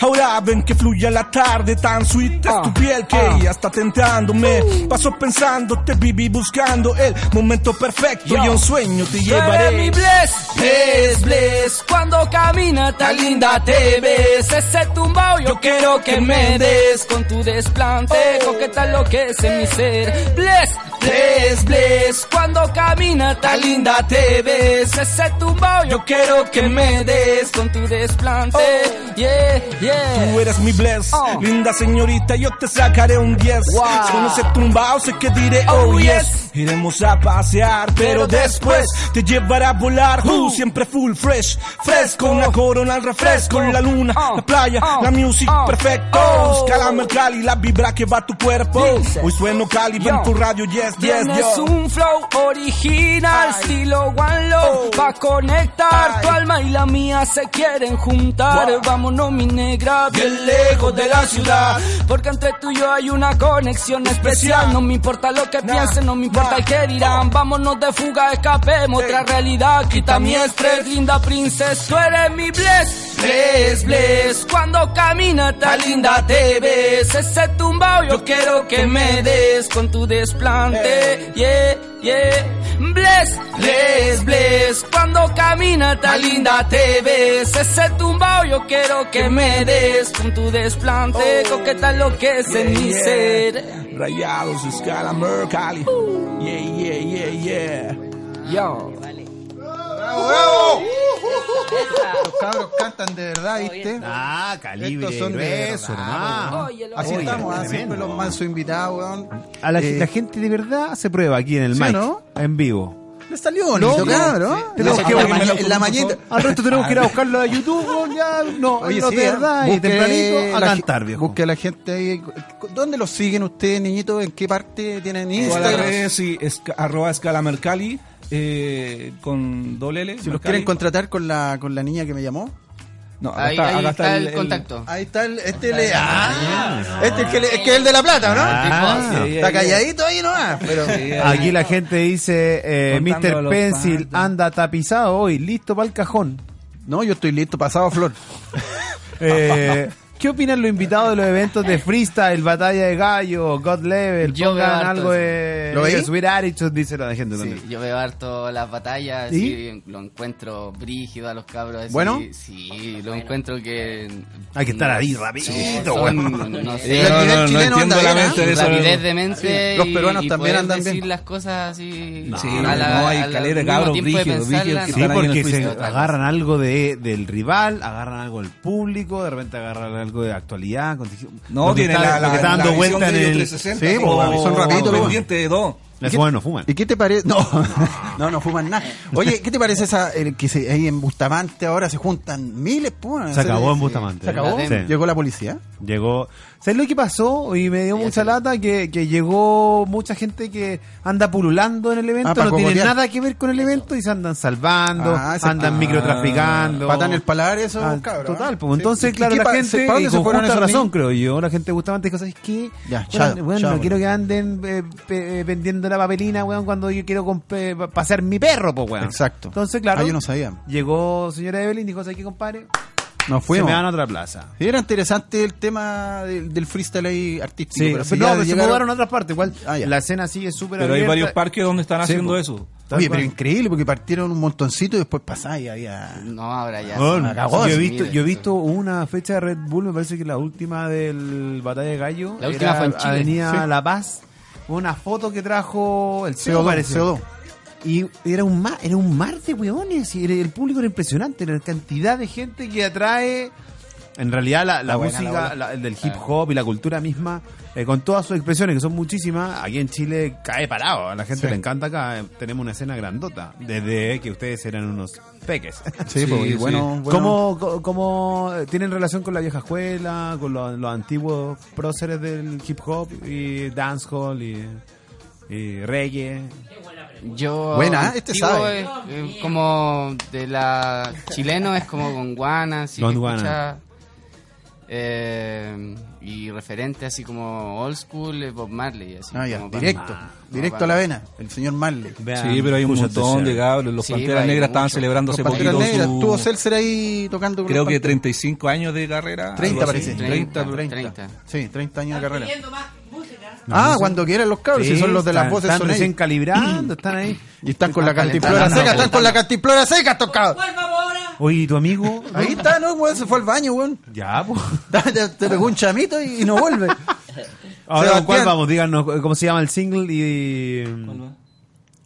Speaker 7: Ahora ven que fluye la tarde tan sweet es tu piel que
Speaker 1: Ah.
Speaker 7: ya está tentándome.
Speaker 1: Uh.
Speaker 7: Paso pensando, te viví buscando el momento perfecto y a un sueño
Speaker 1: Tú
Speaker 7: te
Speaker 1: eres mi
Speaker 7: llevaré.
Speaker 1: bless, bless, bless. Cuando camina tan linda te ves. Ese tumbao yo,
Speaker 7: Yo
Speaker 1: quiero que me des. Con tu desplante,
Speaker 7: Oh.
Speaker 1: coqueta lo que es en mi ser. Bless, bless,
Speaker 7: Bless,
Speaker 1: bless. Cuando camina tan
Speaker 7: Tan
Speaker 1: linda
Speaker 7: linda
Speaker 1: te
Speaker 7: te
Speaker 1: ves. Ese tumbao yo,
Speaker 7: Yo quiero que me des.
Speaker 1: con tu desplante.
Speaker 7: Oh.
Speaker 1: Yeah,
Speaker 7: Tú
Speaker 1: yeah.
Speaker 7: eres mi bless,
Speaker 1: Oh.
Speaker 7: linda señorita, yo te sacaré un 10.
Speaker 1: Wow.
Speaker 7: Con ese tumbao sé que diré, oh,
Speaker 1: Oh, yes.
Speaker 7: yes. Iremos a pasear, pero después te llevaré a volar. Uh, siempre full, fresh, fresco. Una corona al refresco, la luna,
Speaker 1: Oh.
Speaker 7: la playa,
Speaker 1: Oh.
Speaker 7: la music,
Speaker 1: Oh.
Speaker 7: perfecto.
Speaker 1: Oh.
Speaker 7: Escalame el Cali, la vibra que va a tu cuerpo.
Speaker 1: Dice.
Speaker 7: Hoy sueno Cali,
Speaker 1: Yo.
Speaker 7: ven tu radio, yes, yes,
Speaker 1: Tienes
Speaker 7: yo.
Speaker 1: un flow original,
Speaker 7: Ay.
Speaker 1: estilo One Love,
Speaker 7: Oh.
Speaker 1: pa' conectar.
Speaker 7: Ay.
Speaker 1: Tu alma y la mía se quieren juntar.
Speaker 7: Wow.
Speaker 1: Vámonos, mi negra, bien
Speaker 7: Bien lejos
Speaker 1: lejos de la ciudad. Porque entre tú y yo hay una conexión especial.
Speaker 7: Especial.
Speaker 1: No me importa lo que
Speaker 7: Nah.
Speaker 1: piensen, no me importa
Speaker 7: Nah. Oh.
Speaker 1: el que dirán. Vámonos de fuga, escapemos,
Speaker 7: Ey.
Speaker 1: otra realidad. Quita mi
Speaker 7: mi
Speaker 1: estrés,
Speaker 7: estrés.
Speaker 1: linda princesa, tú eres mi bless. Bless, bless, cuando camina tan linda te ves. Ese tumbao yo quiero que me des con tu desplante. Yeah, yeah. Bless, bless, bless, cuando camina tan linda te ves. Ese tumbao yo quiero que me des con tu desplante.
Speaker 7: Oh.
Speaker 1: Coqueta lo que es en
Speaker 7: Yeah,
Speaker 1: mi
Speaker 7: yeah.
Speaker 1: ser.
Speaker 7: Rayados, Escalame Cali. Yeah, yeah, yeah, yeah.
Speaker 1: Uh. Yo.
Speaker 3: Los cabros cantan de verdad, ¿viste?
Speaker 2: Ah, calibre
Speaker 3: Estos son de
Speaker 2: grueso,
Speaker 3: verdad,
Speaker 2: nomás.
Speaker 3: weón.
Speaker 1: Oye, lo
Speaker 3: Así
Speaker 1: Oye,
Speaker 3: estamos, ah,
Speaker 2: tremendo.
Speaker 3: siempre los mansos invitados, weón.
Speaker 2: A la,
Speaker 3: Eh,
Speaker 2: la gente de verdad se prueba aquí en el
Speaker 3: ¿Sí o
Speaker 2: mic,
Speaker 3: no?
Speaker 2: en vivo.
Speaker 3: Le salió bonito,
Speaker 2: No,
Speaker 3: cabrón.
Speaker 2: Tenemos
Speaker 3: En
Speaker 2: que
Speaker 3: la
Speaker 2: buscar-
Speaker 3: mañana- en la mañana.
Speaker 2: Al resto tenemos que ir a buscarlo a YouTube, weón, ya, no,
Speaker 3: Oye,
Speaker 2: no
Speaker 3: sí,
Speaker 2: de
Speaker 3: ¿eh?
Speaker 2: verdad, y
Speaker 3: Busque
Speaker 2: tempranito a
Speaker 3: la
Speaker 2: cantar,
Speaker 3: ge-
Speaker 2: viejo.
Speaker 3: Busque a la gente ahí. ¿Dónde los siguen ustedes, niñitos? ¿En qué parte tienen
Speaker 7: Todas las
Speaker 3: Instagram?
Speaker 7: redes, sí, esca- arroba escalamercali, eh, con doble L.
Speaker 3: Si los
Speaker 7: Mercalli.
Speaker 3: quieren contratar con la, con la niña que me llamó.
Speaker 7: No, acá
Speaker 4: Ahí,
Speaker 7: está,
Speaker 4: ahí
Speaker 7: acá
Speaker 4: está el, contacto.
Speaker 3: Ahí está el, este le, ah, este es que, le- es que es el de la plata, ¿no?
Speaker 2: Ah.
Speaker 7: Sí,
Speaker 3: Está
Speaker 7: ahí,
Speaker 3: calladito ahí nomás, pero
Speaker 7: ahí, ahí.
Speaker 2: Aquí la gente dice, eh,
Speaker 7: Contando
Speaker 2: Mr.
Speaker 7: los
Speaker 2: Pencil
Speaker 7: patos.
Speaker 2: anda tapizado hoy, listo para el cajón.
Speaker 3: no, yo estoy listo, pasado flor.
Speaker 2: Eh, ¿Qué opinan los invitados de los eventos de freestyle, batalla de gallo, God Level?
Speaker 4: Yo veo
Speaker 2: Pongan
Speaker 4: harto
Speaker 2: algo
Speaker 4: eso.
Speaker 2: de
Speaker 3: ¿Lo veí?
Speaker 2: de Sweet Attitude, dice la gente
Speaker 4: Sí,
Speaker 2: también.
Speaker 4: yo veo harto las batallas,
Speaker 2: ¿Y?
Speaker 4: sí, lo encuentro brígido a los cabros. así,
Speaker 3: ¿Bueno?
Speaker 4: Sí, lo encuentro que...
Speaker 2: Hay que estar ahí rapidito,
Speaker 4: son, no sé,
Speaker 3: El nivel
Speaker 7: no, no
Speaker 3: chileno
Speaker 7: entiendo
Speaker 3: anda
Speaker 7: la
Speaker 3: bien, ¿eh?
Speaker 7: mente de eso.
Speaker 4: rapidez de mente
Speaker 3: Sí, los
Speaker 4: y-
Speaker 3: peruanos
Speaker 4: y
Speaker 3: también
Speaker 4: poder
Speaker 3: andan
Speaker 4: decir
Speaker 3: bien.
Speaker 4: las cosas así
Speaker 7: Sí,
Speaker 4: a la-
Speaker 7: no, hay
Speaker 4: a la-
Speaker 7: caleta de
Speaker 4: al mismo
Speaker 7: cabros
Speaker 4: tiempo de
Speaker 7: brígidos, brígidos que
Speaker 4: pensarla,
Speaker 2: Sí,
Speaker 7: están ahí en el
Speaker 2: porque se
Speaker 7: freestyle.
Speaker 2: agarran algo de, del rival, agarran algo del público, de repente agarran algo de actualidad. contig-
Speaker 7: No,
Speaker 2: lo que
Speaker 7: tiene
Speaker 2: está-
Speaker 7: la,
Speaker 2: lo
Speaker 7: la,
Speaker 2: que está
Speaker 7: la
Speaker 2: dando
Speaker 7: visión
Speaker 2: vuelta en
Speaker 7: de ellos
Speaker 2: el...
Speaker 7: 360,
Speaker 2: Sí,
Speaker 7: como
Speaker 2: pues,
Speaker 3: son rapiditos,
Speaker 2: pues.
Speaker 7: pendiente de dos.
Speaker 2: Las fuman, no fuman.
Speaker 3: ¿Y qué te parece? No, no, no fuman nada. Oye, ¿qué te parece esa el que se, ahí en Bustamante ahora se juntan miles? po, en
Speaker 2: Se
Speaker 3: serio?
Speaker 2: acabó en Bustamante.
Speaker 3: ¿Se
Speaker 2: ¿eh?
Speaker 3: acabó?
Speaker 2: Sí.
Speaker 3: Llegó la policía.
Speaker 2: Llegó. ¿Sabes lo que pasó? Y me dio mucha lata que, que llegó mucha gente que anda pululando en el evento,
Speaker 3: Ah, para
Speaker 2: no tiene
Speaker 3: cogotear.
Speaker 2: nada que ver con el evento y se andan salvando,
Speaker 3: Ah, ese-
Speaker 2: andan
Speaker 3: ah.
Speaker 2: microtraficando.
Speaker 3: Patan el paladar, eso,
Speaker 2: Ah,
Speaker 3: cabrón.
Speaker 2: total,
Speaker 3: ¿eh? Sí.
Speaker 2: pues entonces,
Speaker 3: ¿Y
Speaker 2: claro,
Speaker 3: qué
Speaker 2: la
Speaker 3: pa-
Speaker 2: gente,
Speaker 3: ¿Para dónde
Speaker 2: y
Speaker 3: se
Speaker 2: con
Speaker 3: fueron
Speaker 2: justa
Speaker 3: esos
Speaker 2: razón,
Speaker 3: niños?
Speaker 2: creo yo, la gente justamente dijo, ¿sabes qué?
Speaker 3: Ya,
Speaker 2: Bueno,
Speaker 3: chao,
Speaker 2: bueno,
Speaker 3: chao,
Speaker 2: no quiero
Speaker 3: bueno.
Speaker 2: que anden eh, pe- eh, vendiendo la papelina, weón, cuando yo quiero comp- eh, pa- pasear mi perro, pues, weón.
Speaker 3: Exacto.
Speaker 2: Entonces, claro,
Speaker 3: Ah, yo no sabía.
Speaker 2: llegó señora Evelyn, dijo, ¿sabes qué, compadre?
Speaker 3: Nos fuimos.
Speaker 2: Se me van a otra plaza.
Speaker 3: Sí, Era interesante el tema del, del freestyle ahí artístico.
Speaker 2: Sí,
Speaker 3: pero si
Speaker 2: pero
Speaker 3: ya
Speaker 2: no, pero se
Speaker 3: llegaron-
Speaker 2: mudaron a otras partes. Igual
Speaker 3: Ah, ya.
Speaker 2: la escena sigue súper
Speaker 5: Pero hay
Speaker 2: abierta.
Speaker 5: varios parques donde están
Speaker 2: Sí,
Speaker 5: haciendo
Speaker 2: po.
Speaker 5: eso.
Speaker 2: Tal
Speaker 3: Oye,
Speaker 2: cual.
Speaker 3: pero increíble porque partieron un montoncito y después pasáis ahí a...
Speaker 4: No, ahora ya.
Speaker 2: Bueno,
Speaker 4: se me acabó,
Speaker 2: yo he
Speaker 4: se
Speaker 2: visto,
Speaker 4: mide
Speaker 2: yo
Speaker 4: esto.
Speaker 2: he visto una fecha de Red Bull, me parece que la última del Batalla de Gallo.
Speaker 4: La última fue en Chile.
Speaker 2: Avenida
Speaker 3: Sí.
Speaker 2: La Paz. Una foto que trajo el CO2,
Speaker 3: CO2,
Speaker 2: parece.
Speaker 3: CO2.
Speaker 2: Y era un mar, era un mar de hueones. Y era- el público era impresionante. La cantidad de gente que atrae. En realidad, la, la
Speaker 3: buena, la
Speaker 2: música
Speaker 3: buena.
Speaker 2: la- el del hip hop y la cultura misma, eh, con todas sus expresiones, que son muchísimas, aquí en Chile cae parado. A la gente le encanta acá. eh, tenemos una escena grandota. Desde que ustedes eran unos peques.
Speaker 3: Sí, pues, y bueno, bueno.
Speaker 2: ¿Cómo, co- cómo eh, tienen relación con la vieja escuela, con lo- los, antiguos próceres del hip hop y dancehall y, y reggae?
Speaker 4: Yo.
Speaker 3: Buena, ¿eh? Este
Speaker 4: digo,
Speaker 3: sabe.
Speaker 4: eh, eh, como de la. Chileno es como con guana, así
Speaker 2: Con
Speaker 4: que
Speaker 2: guana.
Speaker 4: escucha, eh, y referente así como old school eh, Bob Marley. Así,
Speaker 3: Ah, ya,
Speaker 4: como para-
Speaker 3: directo,
Speaker 4: como
Speaker 3: directo
Speaker 4: para-
Speaker 3: a la vena, el señor Marley.
Speaker 5: Sí, pero hay un montón de cabros. Los
Speaker 4: Sí,
Speaker 5: Panteras
Speaker 4: hay
Speaker 5: Negras estaban
Speaker 4: mucho.
Speaker 5: celebrando
Speaker 3: Los
Speaker 5: hace
Speaker 3: Panteras
Speaker 5: poquito
Speaker 3: Negras,
Speaker 5: su-
Speaker 3: tuvo Celser ahí tocando con
Speaker 5: creo
Speaker 3: los
Speaker 5: que
Speaker 3: Panteras.
Speaker 5: 35 años de carrera.
Speaker 3: 30
Speaker 5: algo así.
Speaker 3: parece.
Speaker 4: 30,
Speaker 3: 30,
Speaker 4: 30.
Speaker 3: Sí, 30 años de carrera. Ah, cuando quieran los cabros, si son los de las voces
Speaker 2: están
Speaker 3: son ellos.
Speaker 2: recién calibrando, están ahí.
Speaker 3: Y están con la
Speaker 4: Están
Speaker 3: cantiflora
Speaker 4: calentando.
Speaker 3: seca, están con la cantiflora seca, tocado.
Speaker 2: Oye, ¿y tu amigo?
Speaker 3: Ahí está, ¿no, weón? Se fue al baño, weón.
Speaker 2: Ya, pues.
Speaker 3: Te, te pegó un chamito y, y no vuelve.
Speaker 2: Ahora, ¿con ¿cuál
Speaker 3: Sebastián.
Speaker 2: vamos? Díganos, ¿cómo se llama el single? Y...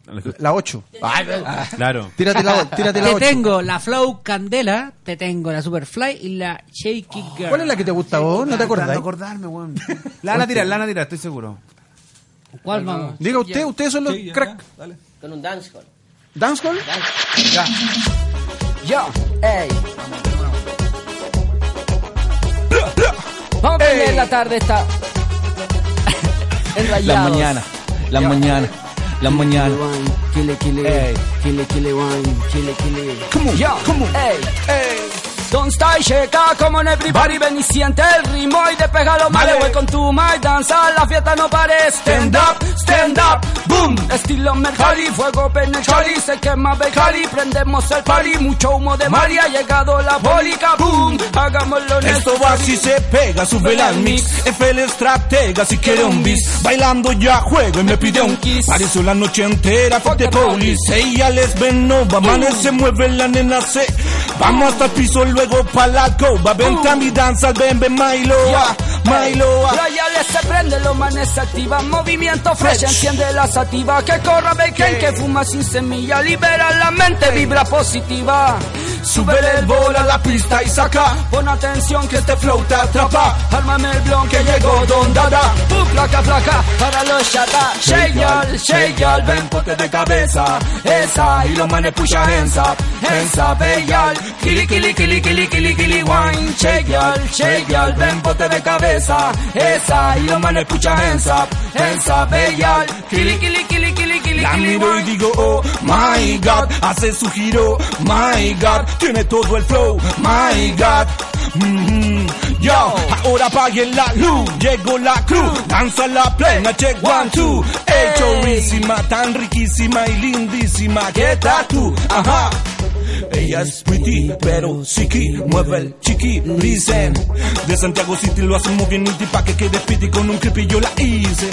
Speaker 2: Ah,
Speaker 3: La 8.
Speaker 2: Claro.
Speaker 3: Tírate la, tírate la
Speaker 6: Te
Speaker 3: 8.
Speaker 6: tengo la Flow Candela, te tengo la Superfly y la Shake It Girl.
Speaker 3: ¿Cuál es la que te gusta a vos? ¿No te acordás?
Speaker 2: No acordarme, weón. La van a tirar, la van a tirar, estoy seguro.
Speaker 6: ¿Cuál vamos?
Speaker 3: Diga usted, ustedes son los
Speaker 5: Sí, ya,
Speaker 3: crack.
Speaker 5: ya, dale.
Speaker 8: Con un dancehall.
Speaker 3: ¿Dancehall? Ya.
Speaker 1: Yo, ey. Vamos a poner la tarde esta. Enrayados.
Speaker 5: la mañana, la mañana.
Speaker 8: Kile, kile,
Speaker 5: Ey.
Speaker 8: kile, kile, wine, kile, kile.
Speaker 1: Yo, ey, ey. Don't stay checa como en everybody ven y siente el ritmo y despega los males. Voy con tu mal danza, la fiesta no pare. Stand up, stand up, boom. Estilo Mercari, fuego en el chori, se quema Becari. Prendemos el party, mucho humo de Mari. Ha llegado la bólica, boom. Hagámoslo en
Speaker 7: Esto va si se pega, sube la mix. F el estratega si quiere un bis. Bailando ya juego y me pide un kiss. Pareció la noche entera, fuerte colis. Ella les ven, no va, manes se mueve, la nena se. Vamos hasta el piso, luego pa' la coba. Vente a mi danza, ven, ven, Mailoa, Mailoa.
Speaker 1: Royales se prende, los manes se activan. Movimiento fresh, enciende la sativa. Que corra Bacon, que fuma sin semilla. Libera la mente, vibra positiva.
Speaker 7: Sube el bola a la pista y saca.
Speaker 1: Pon atención que
Speaker 7: Este flow te atrapa.
Speaker 1: Ármame el blon que llegó Don Dada Pum, placa, placa, para los chata Shake y'all, shake y'all, ven ponte de cabeza Esa, y los manes pucha ensa Ensa, bella Kili, kili, kili, kili, kili, kili, wine Shake y'all, shake y'all, ven ponte de cabeza Esa, y los manes pucha ensa Ensa, bella Kili, kili, kili, kili, kili,
Speaker 7: La
Speaker 1: kili,
Speaker 7: miro y
Speaker 1: wine
Speaker 7: digo, oh my god, hace su giro, my god, tiene todo el flow, my god. Mhm. Yo, ahora apaguen la luz, llegó la crew, danza la plena, check one, two, hey, chorísima, tan riquísima y lindísima, ¿qué tal tú? Ajá. Ella es pretty, pero chiqui, mueve el chiqui, dicen. De Santiago City lo hacen muy bien, y pa' que quede piti con un creepy yo la hice.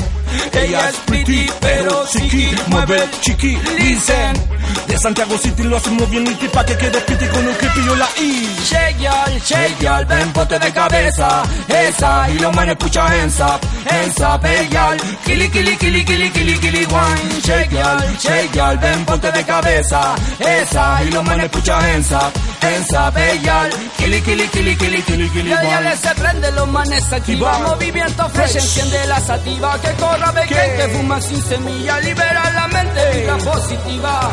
Speaker 7: Ella es pretty, pero chiqui, mueve el chiqui, dicen. De Santiago City lo hacen muy bien, y pa' que quede piti con un creepy yo la hice.
Speaker 1: Shake y'all, shake y'all, ven ponte de cabeza Esa, y los manes pucha hands up, hands up, hey y'all Kili, kili, kili, kili, kili, kili, wine Shake y'all, shake y'all, ven ponte de cabeza Esa, y los manes pucha hands up, hands up, hey y'all Kili, kili, kili, kili, kili, kili,
Speaker 7: wine.
Speaker 1: wine se prende, los manes se activa Movimiento fresh, enciende la sativa Que corra, ve que fuma sin semilla Libera la mente, vibra positiva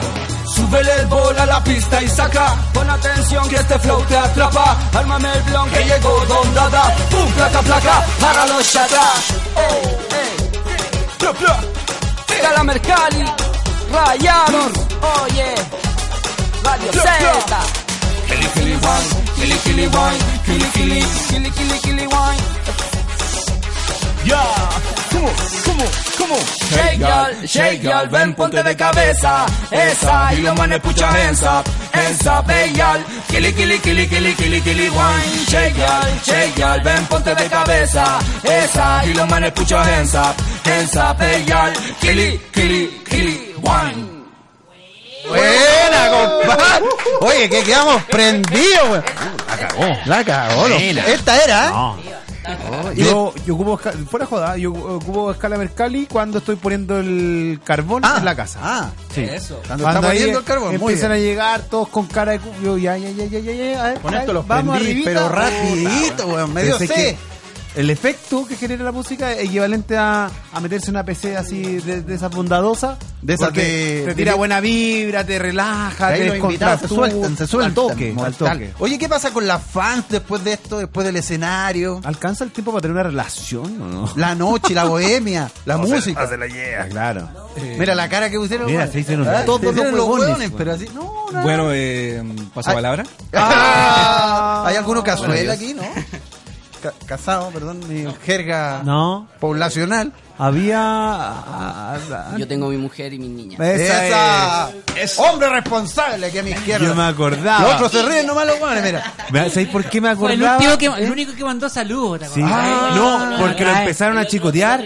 Speaker 7: Súbele el bola a la pista y saca.
Speaker 1: Pon atención que este flow te atrapa Ármame el blon
Speaker 7: Que llegó Don Dada, pum, placa, placa,
Speaker 1: para los chata
Speaker 7: bla, bla.
Speaker 1: Gala Mercalli, Rayados, oye, Radio Z.
Speaker 7: Kili, kili, wine, kili, kili, wine, kili, kili.
Speaker 1: Kili, kili, kili, wine.
Speaker 7: Yeah.
Speaker 9: ¿Cómo? ¿Cómo? ¿Cómo?
Speaker 8: Shake y'all, shake y'all, ven ponte de cabeza. Esa y los manes puchan ensa, ensa, hey y'all. Kili, kili, kili, kili, kili, kili, wine. Shake y'all, shake y'all, ven ponte de cabeza. Esa y los manes puchan ensa, ensa, hey y'all. Kili, kili, kili, wine.
Speaker 3: Buena, compadre. Oye, que quedamos prendidos, weón. La cagó. La cagó. lo-
Speaker 2: Buena.
Speaker 3: Esta era. ¿eh?
Speaker 2: No. Yo, yo ocupo, esca- fuera joda, yo ocupo escala Mercalli cuando estoy poniendo el carbón en la casa.
Speaker 3: Ah,
Speaker 2: Sí.
Speaker 5: Eso.
Speaker 3: cuando estamos
Speaker 2: ahí
Speaker 3: viendo el carbón. Muy
Speaker 2: Empiezan
Speaker 3: bien.
Speaker 2: a llegar todos con cara de cuyo. Ya, ya, ya, ya, ya, ya. A ver, a ver,
Speaker 3: Ponértelos
Speaker 2: vamos
Speaker 3: prendí,
Speaker 2: arribita.
Speaker 3: pero
Speaker 2: Puta,
Speaker 3: rapidito, weón. Me dio
Speaker 2: Pensé
Speaker 3: sed.
Speaker 2: que El efecto que genera la música es equivalente a, a meterse una PC así de, de esas bondadosas.
Speaker 3: De esas
Speaker 2: porque
Speaker 3: de-
Speaker 2: Te tira
Speaker 3: de-
Speaker 2: buena vibra, te relaja,
Speaker 3: Ahí
Speaker 2: te
Speaker 3: los invitados se
Speaker 2: descontractúa.
Speaker 3: sueltan, se sueltan.
Speaker 2: Al toque, al
Speaker 3: mortal.
Speaker 2: toque.
Speaker 3: Oye, ¿qué pasa con las fans después de esto, después del escenario?
Speaker 2: ¿Alcanza el tiempo para tener una relación o no?
Speaker 3: La noche, la bohemia, la música.
Speaker 2: Ah, claro.
Speaker 3: Mira la cara que pusieron.
Speaker 2: Mira,
Speaker 3: weón.
Speaker 2: se hicieron
Speaker 3: Ah,
Speaker 2: los-
Speaker 3: Todos
Speaker 2: se
Speaker 3: los
Speaker 2: hicieron los
Speaker 3: hueones,
Speaker 2: hueones,
Speaker 3: pero así. No, no.
Speaker 5: Bueno, eh, paso
Speaker 3: Ay.
Speaker 5: palabra.
Speaker 3: Ah, hay alguno cazuela aquí, ¿no? Ca- casado, perdón, mi jerga
Speaker 2: No,
Speaker 3: poblacional.
Speaker 2: había. a- a- a-
Speaker 4: Yo tengo mi mujer y mi niña.
Speaker 2: Esa
Speaker 3: Esa,
Speaker 5: es.
Speaker 3: Eh, hombre responsable aquí a mi izquierda.
Speaker 2: Yo me acordaba.
Speaker 3: Los otros se ríen nomás los hueones, mira.
Speaker 2: Me- ¿Sabéis por qué me
Speaker 6: Fue el,
Speaker 2: acordaba?
Speaker 6: último que, el único que mandó saludos. ¿te
Speaker 2: ¿Eh? Sí. Ah,
Speaker 6: acordás?
Speaker 3: Ah,
Speaker 2: no, porque lo empezaron a chicotear,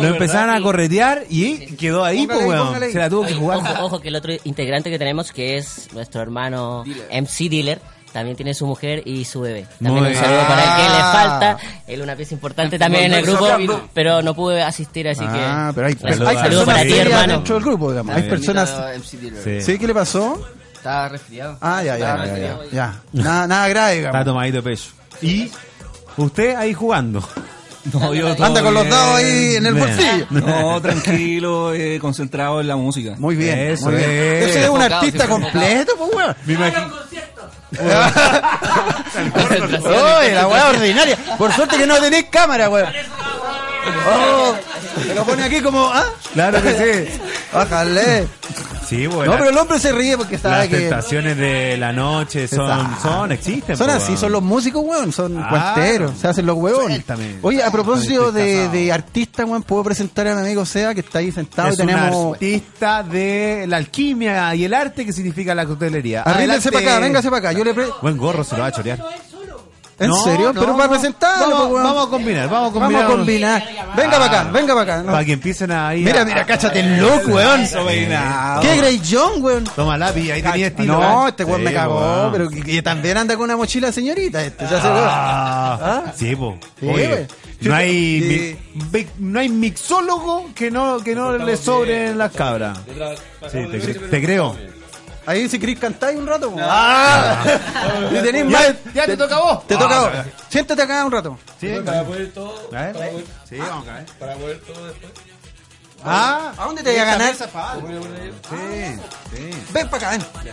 Speaker 2: lo empezaron a corretear y quedó ahí,
Speaker 3: Póngale
Speaker 2: pues,
Speaker 3: ahí,
Speaker 2: weón.
Speaker 3: póngale ahí.
Speaker 2: Se la tuvo que
Speaker 10: Oye,
Speaker 2: jugar.
Speaker 10: Ojo, ojo, que el otro integrante que tenemos, que es nuestro hermano MC Dealer, también tiene su mujer y su bebé. También
Speaker 2: Muy
Speaker 10: un saludo
Speaker 3: bien.
Speaker 10: para él que le
Speaker 3: Ah.
Speaker 10: falta. Él una pieza importante también en el grupo, pero no pude asistir, así que.
Speaker 3: Ah, pero hay,
Speaker 10: Pues,
Speaker 3: pero hay
Speaker 10: saludo para ti,
Speaker 3: serias
Speaker 10: hermano.
Speaker 3: dentro del grupo, digamos. Hay personas.
Speaker 4: MC Dealer.
Speaker 2: Sí.
Speaker 3: ¿Sí? ¿Qué le pasó?
Speaker 4: Estaba resfriado.
Speaker 3: Ah, ya,
Speaker 4: Estaba
Speaker 3: ya, ya, ya,
Speaker 4: resfriado.
Speaker 3: ya. Ya. Nada, nada grave,
Speaker 2: Está
Speaker 3: digamos.
Speaker 2: tomadito de pecho. Y usted ahí jugando.
Speaker 5: No, yo todo
Speaker 3: Anda con los
Speaker 5: bien.
Speaker 3: dados ahí en el
Speaker 2: Bien.
Speaker 3: bolsillo.
Speaker 5: No, tranquilo, eh, concentrado en la música.
Speaker 3: Muy bien,
Speaker 2: Eso
Speaker 3: muy bien.
Speaker 2: es.
Speaker 3: Ese es un
Speaker 4: Enfocado,
Speaker 3: artista
Speaker 4: siempre
Speaker 3: completo, pues, weón.
Speaker 2: Me imagino.
Speaker 3: Oye, la weá ordinaria. Por suerte que no tenés cámara, weón. Oh, se lo pone aquí como, ¿ah?
Speaker 2: Claro que sí.
Speaker 3: Bájale.
Speaker 2: Sí, bueno.
Speaker 3: No, pero el hombre se ríe porque
Speaker 2: las
Speaker 3: sabe que.
Speaker 2: tentaciones de la noche son,
Speaker 3: Exacto.
Speaker 2: son, existen.
Speaker 3: Son
Speaker 2: pues,
Speaker 3: así,
Speaker 2: weón.
Speaker 3: son los músicos, weón. Son
Speaker 2: Claro.
Speaker 3: cuenteros, se hacen los huevones.
Speaker 2: Suéltame.
Speaker 3: Oye, a propósito
Speaker 2: Estoy
Speaker 3: de,
Speaker 2: casado.
Speaker 3: de artista, weón, puedo presentar a mi amigo Sea que está ahí sentado
Speaker 2: Es
Speaker 3: y tenemos.
Speaker 2: un artista de la alquimia y el arte que significa la coctelería.
Speaker 3: Arríndese
Speaker 2: Adelante.
Speaker 3: para acá, véngase para acá. Yo le pre-
Speaker 2: Buen gorro se lo va a chorear.
Speaker 3: ¿En
Speaker 2: No,
Speaker 3: serio?
Speaker 2: no,
Speaker 3: Pero para
Speaker 2: no.
Speaker 3: presentarlo,
Speaker 2: Vamos,
Speaker 3: pues, weón.
Speaker 2: vamos a combinar, vamos a
Speaker 3: Vamos
Speaker 2: combinar.
Speaker 3: a combinar. Venga para acá, venga para acá. ¿no?
Speaker 2: Para que empiecen ahí.
Speaker 3: Mira,
Speaker 2: a-
Speaker 3: mira, cáchate el look, weón.
Speaker 2: Eso, peinado.
Speaker 3: ¿Qué Grey John, weón?
Speaker 2: Toma lápiz, ahí tenía estilo.
Speaker 3: No,
Speaker 2: ¿eh?
Speaker 3: este weón
Speaker 2: Sí,
Speaker 3: me cagó,
Speaker 2: weón.
Speaker 3: pero que, que también anda con una mochila de señorita este, ya se weón.
Speaker 2: Ah,
Speaker 3: ¿Ah?
Speaker 2: Sí, po.
Speaker 3: Sí,
Speaker 2: Oye,
Speaker 3: weón.
Speaker 2: no hay,
Speaker 3: Sí.
Speaker 2: mi- mi- no hay mixólogo que no, que no le sobren las cabras. Sí, te, cre- te creo.
Speaker 3: Ahí si querés cantar un rato, weón. Ah. Y tenés más.
Speaker 2: ya te toca a vos.
Speaker 3: Te toca ahora. Siéntate acá un rato.
Speaker 2: Sí, venga. A ver. Sí, vamos acá, ¿eh? Ah,
Speaker 3: ¿A dónde te voy a ganar?
Speaker 2: sí, sí.
Speaker 3: Ven para acá, ven.